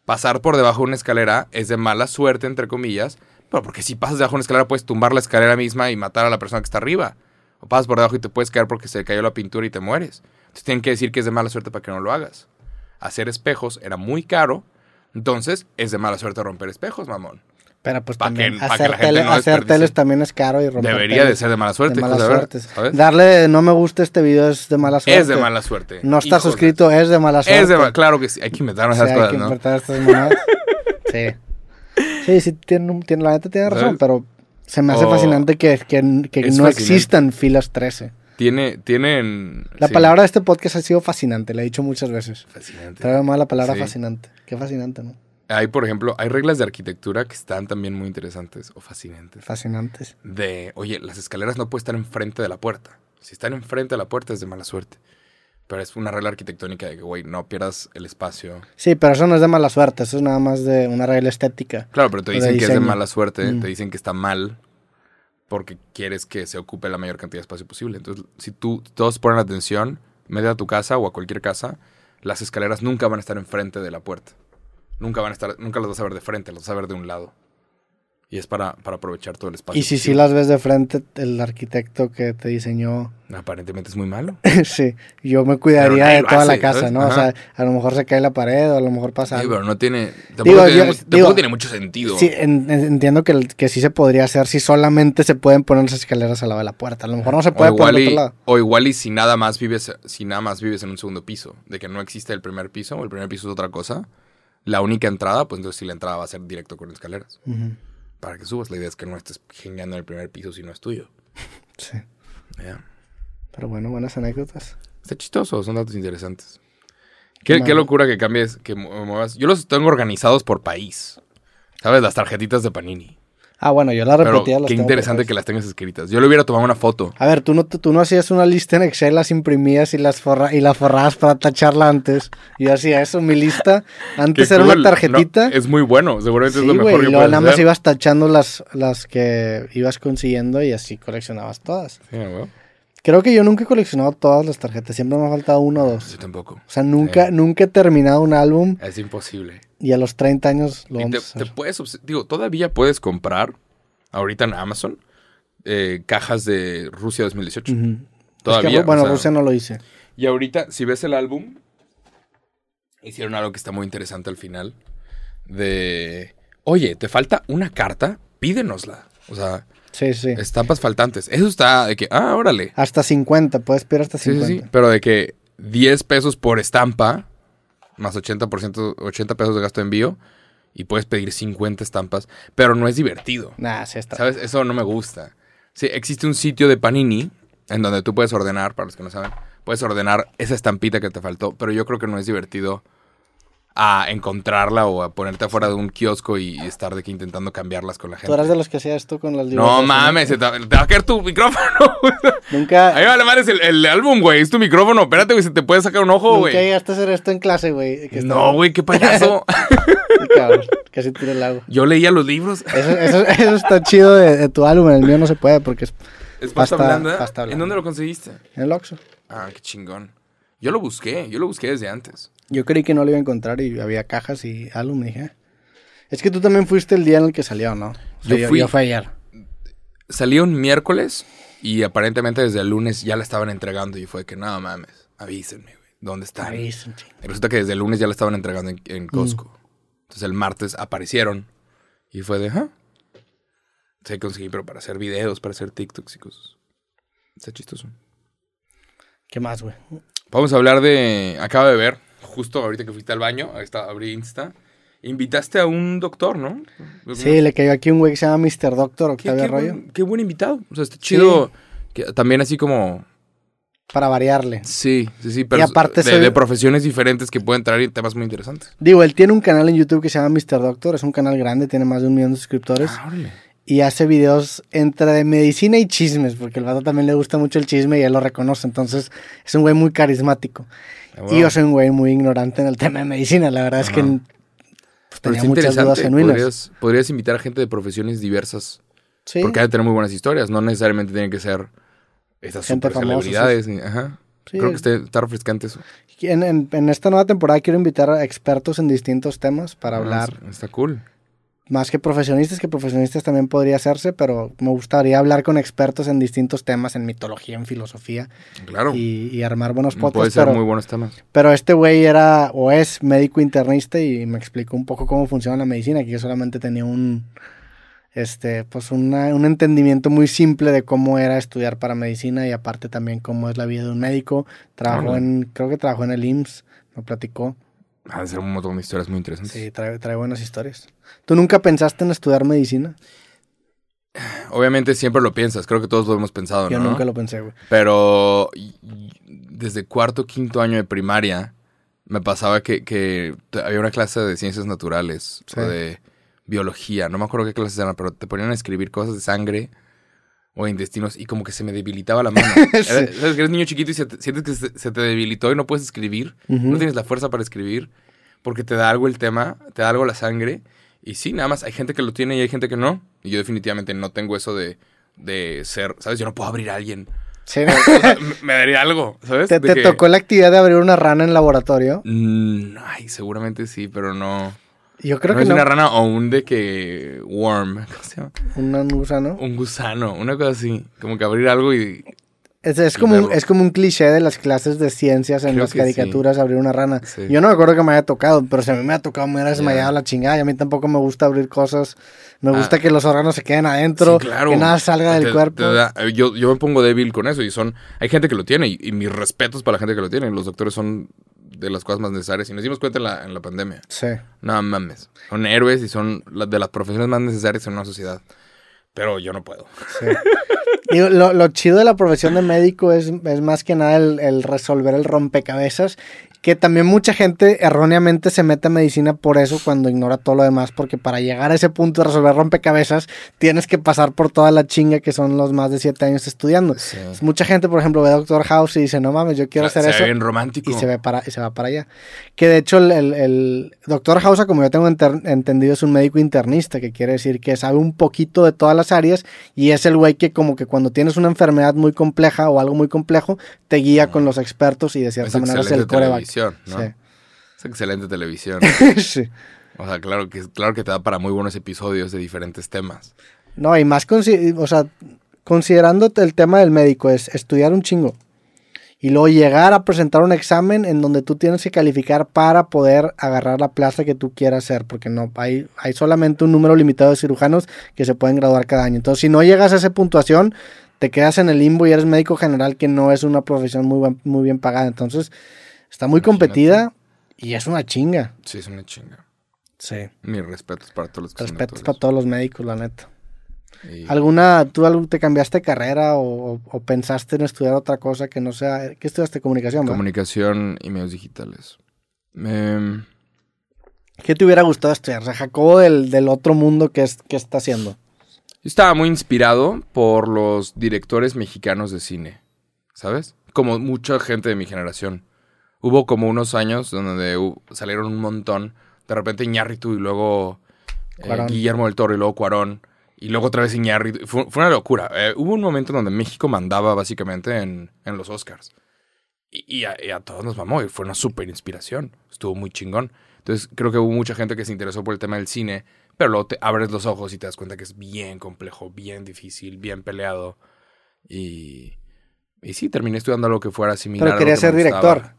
S2: Pasar por debajo de una escalera es de mala suerte, entre comillas, pero porque si pasas debajo de una escalera puedes tumbar la escalera misma y matar a la persona que está arriba. O pasas por debajo y te puedes caer porque se cayó la pintura y te mueres. Entonces tienen que decir que es de mala suerte para que no lo hagas. Hacer espejos era muy caro, entonces es de mala suerte romper espejos, mamón.
S1: Pero pues pa también que, hacer, tele, no hacer teles también es caro y romper
S2: Debería teles, de ser de mala suerte.
S1: De mala pues, suerte. Ver, Darle no me gusta este video es de mala suerte.
S2: Es de mala suerte.
S1: No estás suscrito, es de mala suerte.
S2: Es de, claro que sí, hay que inventarnos o sea, esas cosas,
S1: hay que ¿no? estas monedas. sí. Sí, sí, tiene, tiene, la neta tiene razón, ¿Sabes? pero se me hace oh, fascinante que, que, que no fascinante. existan filas 13.
S2: Tiene, tienen...
S1: La sí. palabra de este podcast ha sido fascinante, la he dicho muchas veces.
S2: Fascinante.
S1: Trae más la palabra sí. fascinante. Qué fascinante, ¿no?
S2: Hay, por ejemplo, hay reglas de arquitectura que están también muy interesantes o fascinantes.
S1: Fascinantes.
S2: De, oye, las escaleras no pueden estar enfrente de la puerta. Si están enfrente de la puerta es de mala suerte. Pero es una regla arquitectónica de que, güey, no pierdas el espacio.
S1: Sí, pero eso no es de mala suerte, eso es nada más de una regla estética.
S2: Claro, pero te dicen que es de mala suerte, mm. te dicen que está mal porque quieres que se ocupe la mayor cantidad de espacio posible. Entonces, si tú, todos ponen atención, media a tu casa o a cualquier casa, las escaleras nunca van a estar enfrente de la puerta. Nunca van a estar, nunca las vas a ver de frente, las vas a ver de un lado. Y es para, para aprovechar todo el espacio.
S1: Y si sí si las ves de frente, el arquitecto que te diseñó.
S2: Aparentemente es muy malo.
S1: sí, yo me cuidaría de toda hace, la casa, ¿sabes? ¿no? Ajá. O sea, a lo mejor se cae la pared o a lo mejor pasa.
S2: Sí, pero no tiene. Tampoco, digo, tiene, yo, tampoco digo, tiene, mucho sentido.
S1: Sí, en, entiendo que, que sí se podría hacer si solamente se pueden poner las escaleras al lado de la puerta. A lo mejor no se puede poner
S2: y,
S1: otro lado.
S2: O igual y si nada más vives, si nada más vives en un segundo piso, de que no existe el primer piso o el primer piso es otra cosa, la única entrada, pues entonces sí la entrada va a ser directo con escaleras. Uh -huh para que subas. La idea es que no estés geniando en el primer piso si no es tuyo.
S1: Sí.
S2: Yeah.
S1: Pero bueno, buenas anécdotas.
S2: Está chistoso, son datos interesantes. Qué, qué locura que cambies, que muevas. Yo los tengo organizados por país. ¿Sabes? Las tarjetitas de Panini.
S1: Ah, bueno, yo la repetía.
S2: Pero qué interesante que las tengas escritas. Yo le hubiera tomado una foto.
S1: A ver, tú no, tú no hacías una lista en Excel, las imprimías y las forra, y la forrabas para tacharla antes. Yo hacía eso, mi lista. Antes qué era cool. una tarjetita.
S2: No, es muy bueno, seguramente sí, es lo mejor
S1: wey,
S2: que
S1: y luego nada más hacer. ibas tachando las, las que ibas consiguiendo y así coleccionabas todas.
S2: Sí, güey.
S1: Creo que yo nunca he coleccionado todas las tarjetas, siempre me ha faltado uno o dos.
S2: Yo tampoco. O
S1: sea, nunca, eh. nunca he terminado un álbum.
S2: Es imposible.
S1: Y a los 30 años lo
S2: y
S1: vamos
S2: te,
S1: a hacer.
S2: Te puedes, digo, todavía puedes comprar ahorita en Amazon eh, cajas de Rusia 2018. Uh -huh. Todavía. Es que,
S1: bueno, o sea, Rusia no lo hice.
S2: Y ahorita, si ves el álbum, hicieron algo que está muy interesante al final. De, oye, te falta una carta, pídenosla. O sea,
S1: Sí, sí.
S2: Estampas faltantes. Eso está de que, ah, órale.
S1: Hasta 50, puedes pedir hasta 50. Sí, sí, sí.
S2: Pero de que 10 pesos por estampa, más 80%, 80 pesos de gasto de envío, y puedes pedir 50 estampas, pero no es divertido.
S1: Nah, sí está.
S2: ¿Sabes? Eso no me gusta. Sí, existe un sitio de Panini en donde tú puedes ordenar, para los que no saben, puedes ordenar esa estampita que te faltó, pero yo creo que no es divertido a encontrarla o a ponerte afuera de un kiosco y, y estar de que intentando cambiarlas con la gente.
S1: Tú eras de los que hacía esto con las librerías.
S2: No mames, se te, te va a caer tu micrófono. güey.
S1: Nunca,
S2: A mí me vale madres el, el álbum, güey. Es tu micrófono. Espérate, güey, se te puede sacar un ojo,
S1: nunca
S2: güey.
S1: llegaste a hacer esto en clase, güey. que
S2: No, güey, qué payaso.
S1: estaba- Cabrón, casi tiro el agua.
S2: Yo leía los libros.
S1: Eso, eso- eso está chido de, de tu álbum, en el mío no se puede porque es
S2: Es pasta,
S1: Pasta-
S2: blanda.
S1: pasta blanda.
S2: ¿En dónde lo conseguiste?
S1: en el Oxxo.
S2: Ah, qué chingón. Yo lo busqué, yo lo busqué desde antes.
S1: Yo creí que no lo iba a encontrar y había cajas y álbum, y dije. "Ah". Es que tú también fuiste el día en el que salió, ¿no? O sea,
S2: Yo fui.
S1: Yo fui ayer.
S2: Salió un miércoles y aparentemente desde el lunes ya la estaban entregando y fue que no mames, avísenme, güey. ¿Dónde están?
S1: Ahí es un chingo.
S2: Y resulta que desde el lunes ya la estaban entregando en, en Costco.
S1: Mm.
S2: Entonces el martes aparecieron y fue de, ¿ah? Se conseguí, pero para hacer videos, para hacer TikToks y cosas. Está chistoso.
S1: ¿Qué más, güey?
S2: Vamos a hablar de. Acabo de ver, justo ahorita que fuiste al baño, ahí está, abrí Insta. Invitaste a un doctor, ¿no?
S1: Sí, le cayó aquí un güey que se llama Mr. Doctor
S2: Qué, qué
S1: Octavio Arroyo.
S2: buen, qué buen invitado. O sea, está chido. que también así como.
S1: Para variarle.
S2: Sí, sí, sí, pero
S1: aparte
S2: de,
S1: soy-
S2: de profesiones diferentes que pueden traer temas muy interesantes.
S1: Digo, él tiene un canal en YouTube que se llama Mr. Doctor. Es un canal grande, tiene más de un millón de suscriptores.
S2: Ah, órale.
S1: Y hace videos entre de medicina y chismes, porque el vato también le gusta mucho el chisme y él lo reconoce. Entonces, es un güey muy carismático.
S2: Ah,
S1: Y
S2: wow.
S1: yo soy un güey muy ignorante en el tema de medicina. La verdad es que
S2: Ajá.
S1: pues,
S2: Pero
S1: tenía
S2: está
S1: muchas dudas
S2: interesante.
S1: genuinas.
S2: Podrías, podrías invitar a gente de profesiones diversas.
S1: Sí.
S2: Porque hay de tener muy buenas historias. No necesariamente tienen que ser estas
S1: Gente
S2: super
S1: famosa,
S2: celebridades. ni- Ajá.
S1: Sí.
S2: Creo que este- está refrescante eso.
S1: En, en- en esta nueva temporada quiero invitar a expertos en distintos temas para hablar.
S2: Ah, Está cool.
S1: Más que profesionistas, que profesionistas también podría hacerse, pero me gustaría hablar con expertos en distintos temas, en mitología, en filosofía,
S2: Claro.
S1: y, y armar buenos
S2: Puede
S1: podcasts.
S2: ser
S1: Pero,
S2: muy buenos temas.
S1: pero este güey era o es médico internista y me explicó un poco cómo funciona la medicina, que yo solamente tenía un, este, pues una- un entendimiento muy simple de cómo era estudiar para medicina y aparte también cómo es la vida de un médico. Trabajó
S2: Órale.
S1: en, creo que trabajó en el IMSS, me platicó.
S2: Ha de ser un montón de historias muy interesantes.
S1: Sí, trae, trae buenas historias. ¿Tú nunca pensaste en estudiar medicina?
S2: Obviamente siempre lo piensas. Creo que todos lo hemos pensado,
S1: Yo
S2: ¿no?
S1: nunca lo pensé, güey.
S2: Pero y- y desde cuarto, quinto año de primaria, me pasaba que, que t- había una clase de ciencias naturales
S1: Sí.
S2: o de biología. No me acuerdo qué clases eran, pero te ponían a escribir cosas de sangre o de intestinos y como que se me debilitaba la mano. Era-
S1: Sí.
S2: Sabes que eres niño chiquito y se te- sientes que se, se te debilitó y no puedes escribir.
S1: Ujú.
S2: No tienes la fuerza para escribir porque te da algo el tema, te da algo la sangre. Y sí, nada más hay gente que lo tiene y hay gente que no. Y yo definitivamente no tengo eso de, de ser, ¿sabes? Yo no puedo abrir a alguien.
S1: Sí.
S2: O sea, me- me daría algo, ¿sabes?
S1: ¿Te,
S2: De
S1: te
S2: que-
S1: tocó la actividad de abrir una rana en laboratorio?
S2: Mm, ay, seguramente sí, pero no.
S1: Yo creo
S2: no
S1: que
S2: es
S1: no.
S2: una rana o un de que. Worm. ¿Cómo se llama?
S1: Un un gusano.
S2: Un gusano, una cosa así. Como que abrir algo y.
S1: Es, es
S2: Y
S1: como un,
S2: verlo.
S1: es como un cliché de las clases de ciencias en
S2: Creo
S1: las
S2: que sí.
S1: caricaturas abrir una rana.
S2: Sí.
S1: Yo no me acuerdo que me haya tocado, pero si a mí me ha tocado me hubiera desmayado
S2: Ya.
S1: la chingada. Y a mí tampoco me gusta abrir cosas. Me
S2: Ah.
S1: gusta que los órganos se queden adentro,
S2: Sí, claro.
S1: que nada salga del
S2: Te-
S1: cuerpo.
S2: te da- yo, yo me pongo débil con eso y son. Hay gente que lo tiene y, y mis respetos para la gente que lo tiene. Los doctores son de las cosas más necesarias y nos dimos cuenta en la, en la pandemia.
S1: Sí.
S2: No mames. Son héroes y son la- de las profesiones más necesarias en una sociedad. Pero yo no puedo.
S1: Sí. Digo, lo, lo chido de la profesión de médico es, es más que nada el, el resolver el rompecabezas, que también mucha gente erróneamente se mete a medicina por eso cuando ignora todo lo demás, porque para llegar a ese punto de resolver rompecabezas tienes que pasar por toda la chinga que son los más de siete años estudiando.
S2: Sí.
S1: Mucha gente, por ejemplo, ve Doctor House y dice, no mames, yo Pues, quiero hacer
S2: se ve
S1: eso.
S2: bien romántico.
S1: Y se, ve para, y se va para allá. Que de hecho el, el- el doctor Hausa, como yo tengo enter- entendido, es un médico internista, que quiere decir que sabe un poquito de todas las áreas y es el güey que como que cuando tienes una enfermedad muy compleja o algo muy complejo, te guía con los expertos y de cierta
S2: es
S1: manera es el
S2: excelente
S1: coreback.
S2: televisión, ¿no?
S1: Sí.
S2: Es excelente televisión.
S1: Sí.
S2: O sea, claro que, claro que te da para muy buenos episodios de diferentes temas.
S1: No, y más, consi- o sea, considerando el tema del médico, es estudiar un chingo. Y luego llegar a presentar un examen en donde tú tienes que calificar para poder agarrar la plaza que tú quieras hacer, porque no hay, hay solamente un número limitado de cirujanos que se pueden graduar cada año. Entonces, si no llegas a esa puntuación, te quedas en el limbo y eres médico general, que no es una profesión muy, buen- muy bien pagada. Entonces, está muy
S2: Imagínate.
S1: competida y es una chinga.
S2: Sí, es una chinga.
S1: Sí.
S2: Mis respetos para todos los que son
S1: Respetos para
S2: doctores.
S1: todos los médicos, la neta.
S2: Y-
S1: ¿Alguna, tú algo- te cambiaste de carrera o, o- o pensaste en estudiar otra cosa que no sea... ¿Qué estudiaste? Comunicación, ¿verdad?
S2: Comunicación y medios digitales. Em,
S1: ¿Qué te hubiera gustado estudiar? O sea, Jacobo del, del otro mundo, ¿qué, es, qué está haciendo?
S2: Yo estaba muy inspirado por los directores mexicanos de cine, ¿sabes? Como mucha gente de mi generación. Hubo como unos años donde hu- salieron un montón. De repente Iñárritu y luego eh,
S1: Cuarón.
S2: Guillermo del Toro y luego Cuarón. Y luego otra vez Iñárritu. Fue, fue una locura. Eh, hubo un momento donde México mandaba básicamente en, en los Oscars. Y, y a, y a todos nos mamó y fue una súper inspiración. Estuvo muy chingón. Entonces creo que hubo mucha gente que se interesó por el tema del cine, pero luego te abres los ojos y te das cuenta que es bien complejo, bien difícil, bien peleado. Y, y sí, terminé estudiando algo que fuera similar.
S1: Pero
S2: a lo
S1: quería
S2: que
S1: ser
S2: me gustaba.
S1: director.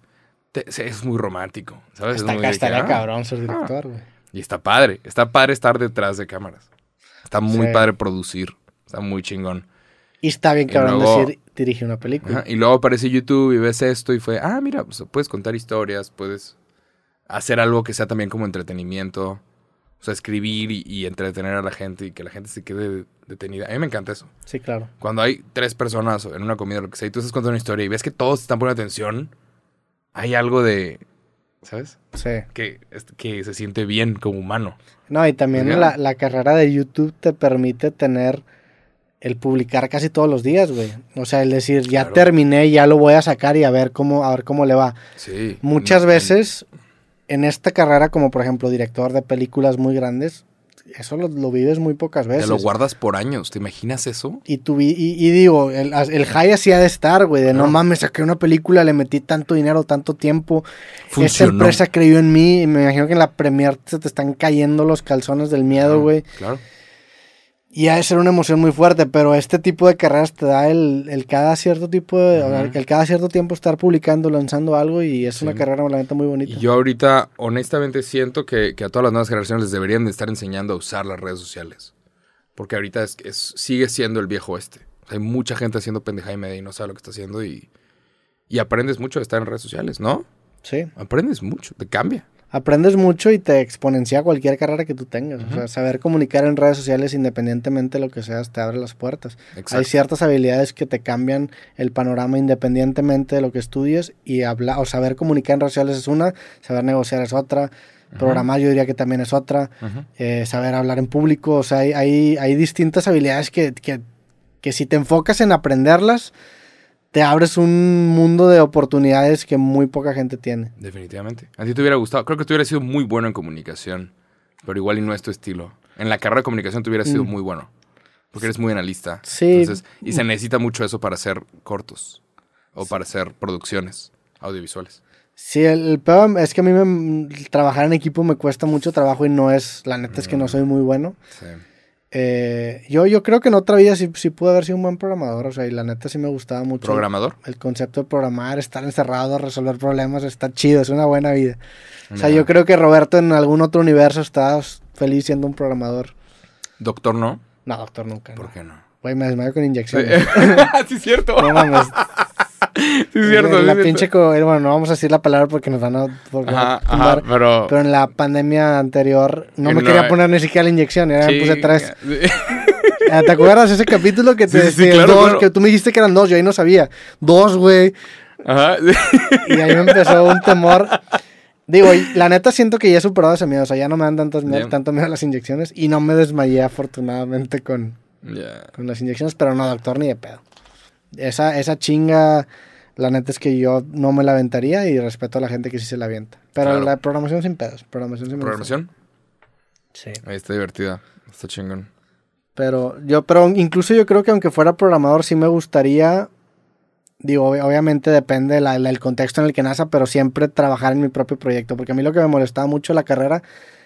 S2: Te- se- es muy romántico, ¿sabes? Es
S1: Está,
S2: muy de que,
S1: estaría
S2: ah,
S1: cabrón ser director, güey.
S2: Y está padre, está padre estar detrás de cámaras. Está muy
S1: Sí.
S2: padre producir, está muy chingón.
S1: Y está bien
S2: Y
S1: cabrón
S2: luego-
S1: decir, dirige una película.
S2: Ajá, Y luego aparece YouTube y ves esto y fue, ah, mira, pues, puedes contar historias, puedes hacer algo que sea también como entretenimiento. O sea, escribir y, y entretener a la gente y que la gente se quede detenida. A mí me encanta eso.
S1: Sí, claro.
S2: Cuando hay tres personas en una comida, lo que sea, y tú estás contando una historia y ves que todos están poniendo atención, hay algo de, ¿sabes?
S1: Sí.
S2: que, est- que se siente bien como humano.
S1: No, y también
S2: Ajá.
S1: la, la carrera de YouTube te permite tener el publicar casi todos los días, güey. O sea, el decir, ya
S2: Claro.
S1: terminé, ya lo voy a sacar y a ver cómo, a ver cómo le va.
S2: Sí.
S1: Muchas veces en esta carrera, como por ejemplo director de películas muy grandes, eso lo, lo vives muy pocas
S2: Te
S1: veces.
S2: lo guardas por años. ¿Te imaginas eso?
S1: Y, tu, vi- y, y digo, el, el high así ha de estar, güey, de no
S2: Claro.
S1: mames, saqué una película, le metí tanto dinero, tanto tiempo, esta
S2: Funcionó.
S1: empresa creyó en mí y me imagino que en la premier se te están cayendo los calzones del miedo, güey.
S2: Claro.
S1: Y ha de ser una emoción muy fuerte, pero este tipo de carreras te da el, el cada cierto tipo de, o sea,
S2: Ajá.
S1: el cada cierto tiempo estar publicando, lanzando algo y es una
S2: Sí.
S1: carrera realmente muy bonita.
S2: Y yo ahorita, honestamente, siento que, que a todas las nuevas generaciones les deberían de estar enseñando a usar las redes sociales. Porque ahorita es, es- sigue siendo el viejo este. O sea, hay mucha gente haciendo pendeja y media y no sabe lo que está haciendo y, y aprendes mucho de estar en redes sociales, ¿no?
S1: Sí.
S2: Aprendes mucho, te cambia.
S1: Aprendes mucho y te exponencia cualquier carrera que tú tengas. O sea, saber comunicar en redes sociales independientemente de lo que seas te abre las puertas. Hay ciertas habilidades que te cambian el panorama independientemente de lo que estudies y hablar o saber comunicar en redes sociales es una, saber negociar es otra, programar yo diría que también es otra.
S2: Ujú.
S1: eh, saber hablar en público, o sea, hay, hay, hay distintas habilidades que, que, que si te enfocas en aprenderlas, te abres un mundo de oportunidades que muy poca gente tiene.
S2: Definitivamente. A ti te hubiera gustado. Creo que tú hubieras sido muy bueno en comunicación, pero igual y no es tu estilo. En la carrera de comunicación te hubieras sido
S1: Mm.
S2: muy bueno, porque eres muy analista.
S1: Sí. Mm.
S2: Entonces, y se necesita mucho eso para hacer cortos o para hacer producciones audiovisuales.
S1: Sí, el, el peor es que a mí me- trabajar en equipo me cuesta mucho trabajo y no es, la neta es
S2: Mm.
S1: que no soy muy bueno.
S2: Sí.
S1: Eh, yo, yo creo que en otra vida sí, sí pude haber sido un buen programador, o sea, y la neta sí me gustaba mucho.
S2: ¿Programador?
S1: El concepto de programar, estar encerrado, resolver problemas, está chido, es una buena vida. O sea,
S2: Mira.
S1: yo creo que Roberto en algún otro universo está s- feliz siendo un programador.
S2: ¿Doctor no?
S1: No, doctor, nunca. no.
S2: ¿Por qué no?
S1: Güey, me desmayo con
S2: Sí,
S1: inyecciones.
S2: es cierto.
S1: No mames.
S2: Sí, es cierto. sí,
S1: la
S2: es cierto.
S1: pinche co- eh, Bueno, no vamos a decir la palabra porque nos van a. porque van a
S2: Ajá,
S1: tumbar.
S2: ajá, pero...
S1: Pero en la pandemia anterior no
S2: Que
S1: me
S2: no,
S1: quería
S2: eh.
S1: poner ni siquiera la inyección, era me puse tres.
S2: Sí.
S1: Ah, ¿Te acuerdas ese capítulo que te
S2: Sí, sí, sí,
S1: que
S2: claro,
S1: dos,
S2: claro.
S1: que tú me dijiste que eran dos, yo ahí no sabía. Dos, güey.
S2: Ajá.
S1: Y ahí me empezó un temor. Digo, y la neta siento que ya he superado ese miedo, o sea, ya no me dan tantos miedo-
S2: Ya.
S1: tanto miedo a las inyecciones y no me desmayé afortunadamente con,
S2: Ya.
S1: con las inyecciones, pero no, doctor, ni de pedo. Esa, esa chinga, la neta es que yo no me la aventaría y respeto a la gente que sí se la avienta. Pero
S2: Claro.
S1: la programación sin pedos, programación sin
S2: ¿Programación?
S1: Sí.
S2: Ahí está divertida. Está chingón.
S1: Pero yo, pero incluso yo creo que aunque fuera programador, sí me gustaría, digo, ob- obviamente depende la- la- el contexto en el que naza, pero siempre trabajar en mi propio proyecto, porque a mí lo que me molestaba mucho de la carrera,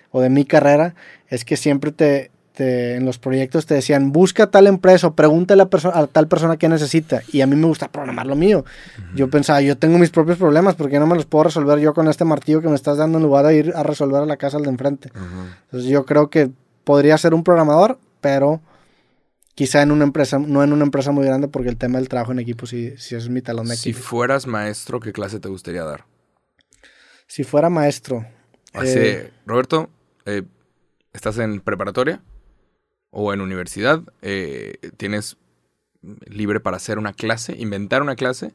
S1: o de mi carrera, es que siempre te, te- en los proyectos te decían, busca a tal empresa, o pregúntale a, perso- a tal persona que necesita, y a mí me gusta programar lo mío. Yo pensaba, yo tengo mis propios problemas, porque no me los puedo resolver yo con este martillo que me estás dando en lugar de ir a resolver a la casa al de enfrente. Entonces yo creo que podría ser un programador, pero quizá en una empresa, no en una empresa muy grande, porque el tema del trabajo en equipo sí, sí es mi talón de
S2: Si
S1: Aquiles.
S2: fueras maestro, ¿qué clase te gustaría dar?
S1: Si fuera maestro,
S2: Así,
S1: Eh.
S2: Roberto, eh, ¿estás en preparatoria o en universidad? Eh, ¿Tienes libre para hacer una clase, inventar una clase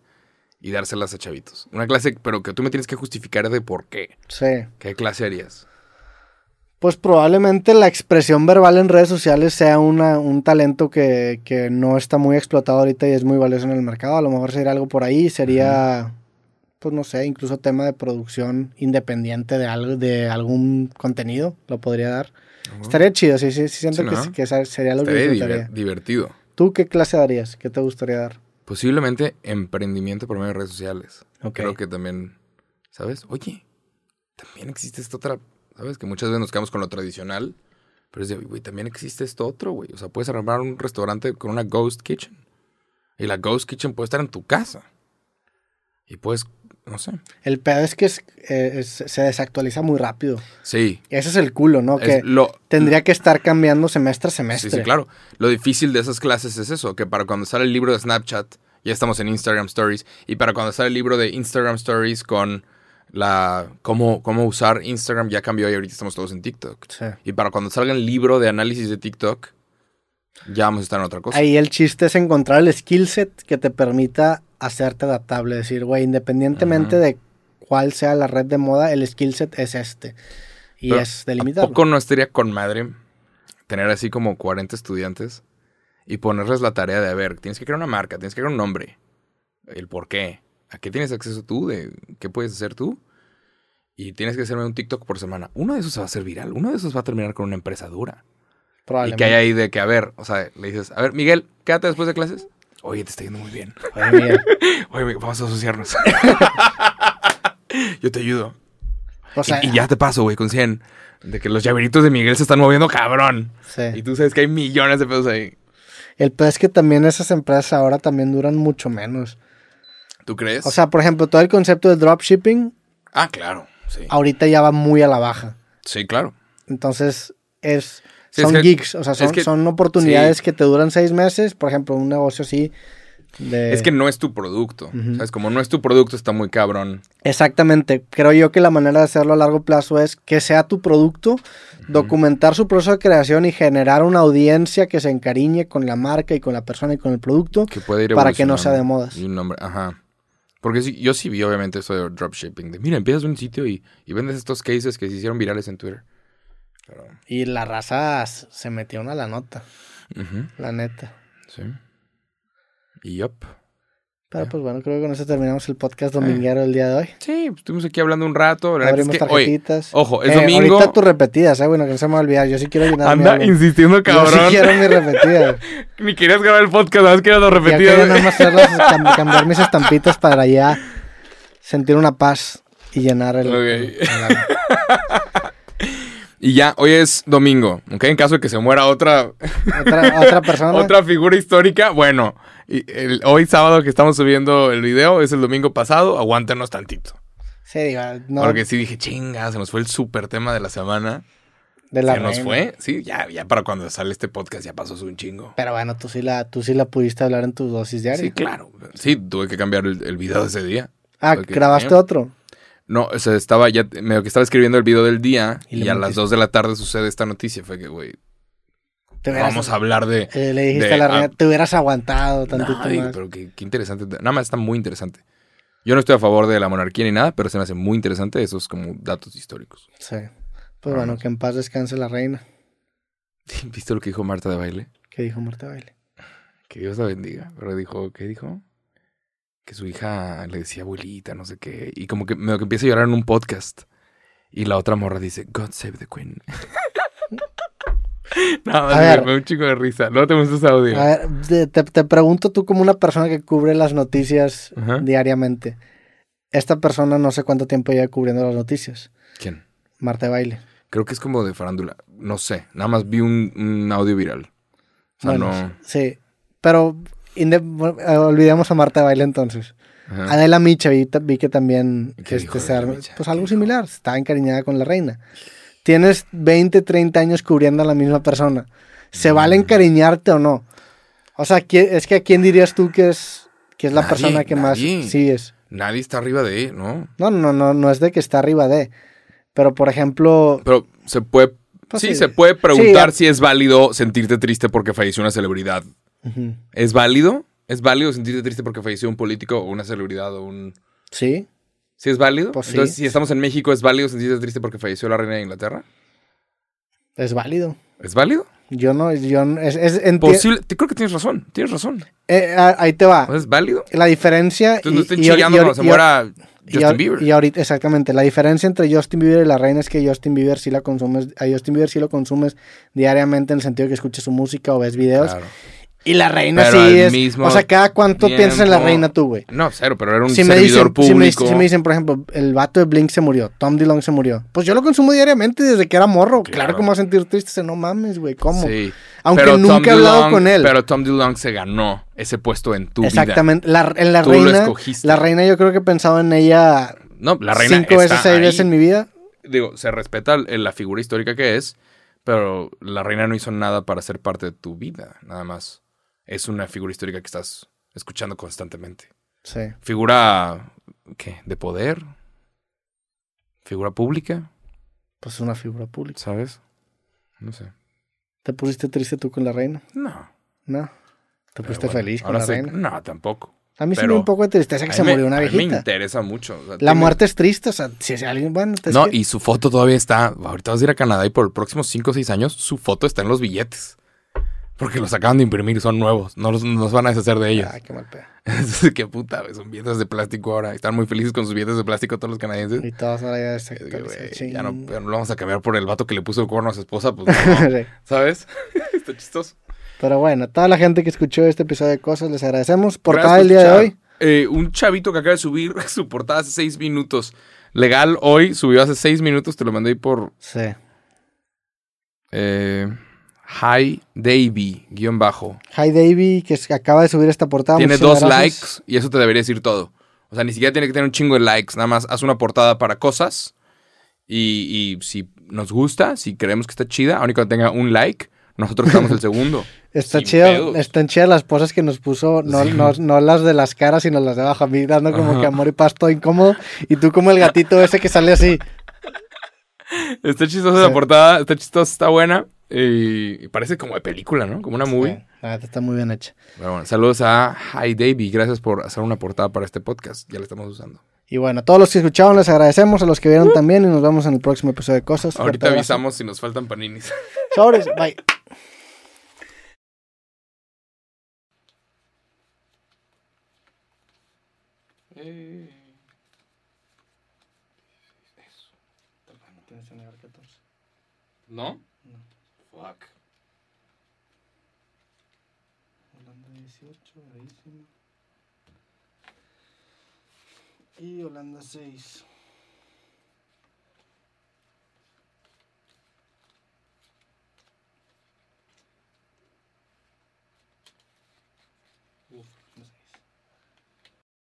S2: y dárselas a chavitos? Una clase, pero que tú me tienes que justificar de por qué.
S1: sí.
S2: ¿Qué clase harías?
S1: Pues probablemente la expresión verbal en redes sociales sea una, un talento que, que, no está muy explotado ahorita y es muy valioso en el mercado. A lo mejor sería algo por ahí, sería, Ajá. pues no sé, incluso tema de producción independiente de, algo, de algún contenido, lo podría dar. Ajá. Estaría chido, sí, sí, sí siento sí, que, no. que, sería lo
S2: Estaré
S1: que
S2: disfrutaría. divertido.
S1: ¿Tú qué clase darías? ¿Qué te gustaría dar?
S2: Posiblemente emprendimiento por medio de redes sociales. Okay. Creo que también, ¿sabes? Oye, también existe esta otra ¿Sabes? Que muchas veces nos quedamos con lo tradicional, pero es de, güey, también existe esto otro, güey. O sea, puedes armar un restaurante con una ghost kitchen. Y la ghost kitchen puede estar en tu casa. Y puedes, no sé.
S1: El pedo es que es, eh, es, se desactualiza muy rápido.
S2: Sí.
S1: Ese es el culo, ¿no? Que lo, tendría que estar cambiando semestre a semestre.
S2: Sí, sí, claro. Lo difícil de esas clases es eso, que para cuando sale el libro de Snapchat, ya estamos en Instagram Stories, y para cuando sale el libro de Instagram Stories con la cómo, cómo usar Instagram ya cambió y ahorita estamos todos en TikTok. Sí. Y para cuando salga el libro de análisis de TikTok, ya vamos a estar en otra cosa.
S1: Ahí el chiste es encontrar el skill set que te permita hacerte adaptable. Es decir, güey, independientemente uh -huh. de cuál sea la red de moda, el skill set es este. Y Pero es delimitado.
S2: poco no estaría con madre tener así como 40 estudiantes y ponerles la tarea de, a ver, tienes que crear una marca, tienes que crear un nombre, el por qué, ¿A qué tienes acceso tú? ¿De qué puedes hacer tú? Y tienes que hacerme un TikTok por semana. Uno de esos va a ser viral. Uno de esos va a terminar con una empresa dura. Probablemente. Y que hay ahí de que, a ver, o sea, le dices, a ver, Miguel, quédate después de clases. Oye, te está yendo muy bien. Oye, Miguel. Oye, vamos a asociarnos. Yo te ayudo. O sea, y, y, ya te paso, güey, con 100. De que los llaveritos de Miguel se están moviendo cabrón. Sí. Y tú sabes que hay millones de pesos ahí.
S1: El peor es que también esas empresas ahora también duran mucho menos.
S2: ¿Tú crees?
S1: O sea, por ejemplo, todo el concepto de dropshipping.
S2: Ah, claro. Sí.
S1: Ahorita ya va muy a la baja.
S2: Sí, claro.
S1: Entonces, es. Sí, son es que, gigs, o sea, son, es que, son oportunidades sí. que te duran seis meses. Por ejemplo, un negocio así. De...
S2: Es que no es tu producto. Uh -huh. ¿Sabes? Como no es tu producto, está muy cabrón.
S1: Exactamente. Creo yo que la manera de hacerlo a largo plazo es que sea tu producto, uh -huh. documentar su proceso de creación y generar una audiencia que se encariñe con la marca y con la persona y con el producto.
S2: Que puede ir
S1: Para que no sea de modas.
S2: Y un nombre, ajá. Porque sí, yo sí vi obviamente eso de dropshipping. De, mira, empiezas un sitio y, y, vendes estos cases que se hicieron virales en Twitter.
S1: Pero... Y la raza se metió a la nota. Uh -huh. La neta.
S2: Sí. Y yup. Ah.
S1: Pero yeah. pues bueno, creo que con eso terminamos el podcast dominguero del eh. día de hoy.
S2: Sí, pues, estuvimos aquí hablando un rato. La
S1: Abrimos
S2: es
S1: que, tarjetitas.
S2: Oye, ojo, es eh, domingo.
S1: Ahorita tus repetidas, ¿eh? Bueno, que no se me va a olvidar. Yo sí quiero llenar
S2: Anda mi insistiendo, cabrón.
S1: Yo sí quiero mis repetidas.
S2: Ni querías grabar el podcast, nada más quiero las repetidas.
S1: Yo nada más hacerlas, cambiar mis estampitas para ya sentir una paz y llenar el...
S2: Okay. el Y ya, hoy es domingo, ¿ok? En caso de que se muera otra...
S1: Otra, otra persona.
S2: otra figura histórica. Bueno, y el, hoy sábado que estamos subiendo el video, es el domingo pasado, aguántenos tantito.
S1: Sí, digo, no...
S2: Porque sí dije, chinga, se nos fue el super tema de la semana.
S1: De la
S2: se nos reina. fue, sí, ya, ya para cuando sale este podcast ya pasó un chingo.
S1: Pero bueno, tú sí la, tú sí la pudiste hablar en tus dosis diarias.
S2: Sí, claro. Sí, tuve que cambiar el, el video de ese día.
S1: Ah, Porque, ¿grabaste eh, otro?
S2: No, o sea, estaba ya, medio que estaba escribiendo el video del día y, y a las 2 de la tarde sucede esta noticia. Fue que, güey, vamos a hablar de...
S1: Eh, le dijiste de, a la reina, te hubieras aguantado tantito no, más.
S2: pero qué, interesante. Nada más está muy interesante. Yo no estoy a favor de la monarquía ni nada, pero se me hace muy interesante esos como datos históricos.
S1: Sí. Pues bueno, que en paz descanse la reina.
S2: ¿Viste lo que dijo Marta de Baile?
S1: ¿Qué dijo Marta de Baile?
S2: Que Dios la bendiga. Pero dijo, ¿qué dijo? que su hija le decía abuelita, no sé qué, y como que medio que empieza a llorar en un podcast. Y la otra morra dice, God save the Queen. no, me, ver, me, da un chico de risa. No te gusta ese audio.
S1: A ver, te, te, pregunto tú como una persona que cubre las noticias uh -huh. diariamente. Esta persona no sé cuánto tiempo lleva cubriendo las noticias.
S2: ¿Quién?
S1: Marta de Baile.
S2: Creo que es como de farándula. No sé. Nada más vi un, un audio viral. O sea, bueno, no...
S1: Sí. Pero olvidemos a Marta Baile entonces.
S2: Ah.
S1: Ajá. Adela Micha, vi, vi que también este, ser, pues algo similar, estaba encariñada con la reina. Tienes 20, 30 años cubriendo a la misma persona. ¿Se mm. vale encariñarte o no? O sea, es que a quién dirías tú que es, que es la nadie, persona que nadie. más sigues.
S2: Nadie está arriba de, él, ¿no?
S1: No, no, no, no es de que está arriba de. Pero por ejemplo.
S2: Pero se puede. Pues, sí, sí, se puede preguntar sí, si es válido sentirte triste porque falleció una celebridad. Uh -huh. ¿Es válido? ¿Es válido sentirte triste porque falleció un político o una celebridad o un.
S1: Sí.
S2: ¿Sí es válido?
S1: Pues
S2: Entonces,
S1: sí.
S2: si estamos en México, ¿es válido sentirte triste porque falleció la reina de Inglaterra?
S1: Es válido.
S2: ¿Es válido?
S1: Yo no, yo no- es, es enti-
S2: Posible, te- creo que tienes razón, tienes razón.
S1: eh, ah, ahí te va.
S2: O sea, ¿Es válido?
S1: La diferencia.
S2: Pues- Entonces
S1: y-
S2: no estén
S1: y ahor-
S2: chillando
S1: y ahor-
S2: cuando se
S1: y ahor-
S2: muera
S1: y ahor-
S2: Justin Bieber.
S1: Y ahorita, exactamente. La diferencia entre Justin Bieber y la reina es que Justin Bieber sí la consumes. A Justin Bieber sí lo consumes diariamente en el sentido que escuches su música o ves videos.
S2: Claro.
S1: Y la reina
S2: Pero
S1: sí
S2: al
S1: es.
S2: mismo
S1: o sea, cada cuánto piensas en la
S2: tiempo-
S1: reina tú, güey.
S2: No, cero, pero era un
S1: Si me, dicen,
S2: servidor
S1: si, me,
S2: público.
S1: si me dicen, por ejemplo, el vato de Blink se murió, Tom DeLonge se murió. Pues yo lo consumo diariamente desde que era morro. Claro,
S2: Claro.
S1: que me voy a sentir triste. se- No mames, güey, ¿cómo?
S2: Sí.
S1: Aunque
S2: Pero Tom
S1: nunca he hablado
S2: DeLonge-
S1: con él.
S2: Pero Tom DeLonge se ganó ese puesto en tu vida.
S1: Exactamente. La, en la
S2: Tú lo
S1: reina.
S2: escogiste.
S1: La reina, yo creo que pensaba en ella
S2: No, la reina
S1: cinco
S2: está
S1: veces, seis
S2: ahí.
S1: veces en mi vida.
S2: Digo, se respeta el- la figura histórica que es, pero la reina no hizo nada para ser parte de tu vida, nada más. Es una figura histórica que estás escuchando constantemente.
S1: Sí.
S2: Figura, ¿qué? ¿De poder? ¿Figura pública?
S1: Pues es una figura pública.
S2: ¿Sabes? No sé.
S1: ¿Te pusiste triste tú con la reina?
S2: No.
S1: No. ¿Te
S2: pero
S1: pusiste
S2: bueno,
S1: feliz con
S2: ahora
S1: la
S2: sé-
S1: reina?
S2: No, tampoco.
S1: A mí sí me
S2: pero-
S1: dio un poco de tristeza que
S2: A
S1: se
S2: mí me-
S1: murió una
S2: a mí Me
S1: viejita.
S2: interesa mucho. o sea,
S1: La
S2: tiene-
S1: muerte es triste, o sea, si es alguien, bueno, te- es
S2: No,
S1: que-
S2: y su foto todavía está. Ahorita vas a ir a Canadá y por los próximos 5 o 6 años su foto está en los billetes. Porque los acaban de imprimir, son nuevos. No los, no se van a deshacer de ellos.
S1: Ay, qué mal pedo.
S2: Qué puta, güey, son billetes de plástico ahora. Están muy felices con sus billetes de plástico todos los canadienses.
S1: Y todas ahora ya se
S2: Es que, güey,
S1: actualizan,
S2: ya no,
S1: ching.
S2: pero no lo vamos a cambiar por el vato que le puso el cuerno a su esposa, pues no,
S1: Sí.
S2: ¿sabes? está chistoso.
S1: Pero bueno, a toda la gente que escuchó este episodio de Cosas, les agradecemos. Portada del
S2: Gracias
S1: día de
S2: escuchar.
S1: hoy.
S2: Eh, un chavito que acaba de subir su portada hace 6 minutos. Legal, hoy subió hace 6 minutos, te lo mandé ahí por
S1: Sí.
S2: eh, Hi Davy, guión bajo.
S1: Hi Davy, que se- acaba de subir esta portada.
S2: tiene
S1: muchísimas
S2: dos likes
S1: gracias.
S2: y eso te debería decir todo. O sea, ni siquiera tiene que tener un chingo de likes. Nada más haz una portada para cosas. Y, y si nos gusta, si creemos que está chida, aun y cuando tenga un like, nosotros damos el segundo.
S1: Está
S2: Sin
S1: chido,
S2: pedos.
S1: están chidas las poses que nos puso, no,
S2: Sí.
S1: no, no las de las caras, sino las de abajo, a mí dando como que amor y pasto incómodo, y tú como el gatito ese que sale así.
S2: Está chistosa
S1: Sí.
S2: la portada, está chistosa, está buena. Y parece como de película, ¿no? Como una movie.
S1: Sí, Eh, la neta está muy bien hecha.
S2: Pero bueno, saludos a Hi Davey. Gracias por hacer una portada para este podcast. Ya la estamos usando.
S1: Y bueno, a todos los que escucharon les agradecemos, a los que vieron también, y nos vemos en el próximo episodio de Cosas. Fuerte
S2: Uh. Ahorita
S1: abrazo.
S2: avisamos si nos faltan paninis.
S1: Sobres, bye. Eh,
S2: ¿No? Fuck.
S1: Holanda 18, gravísimo. Y Holanda 6.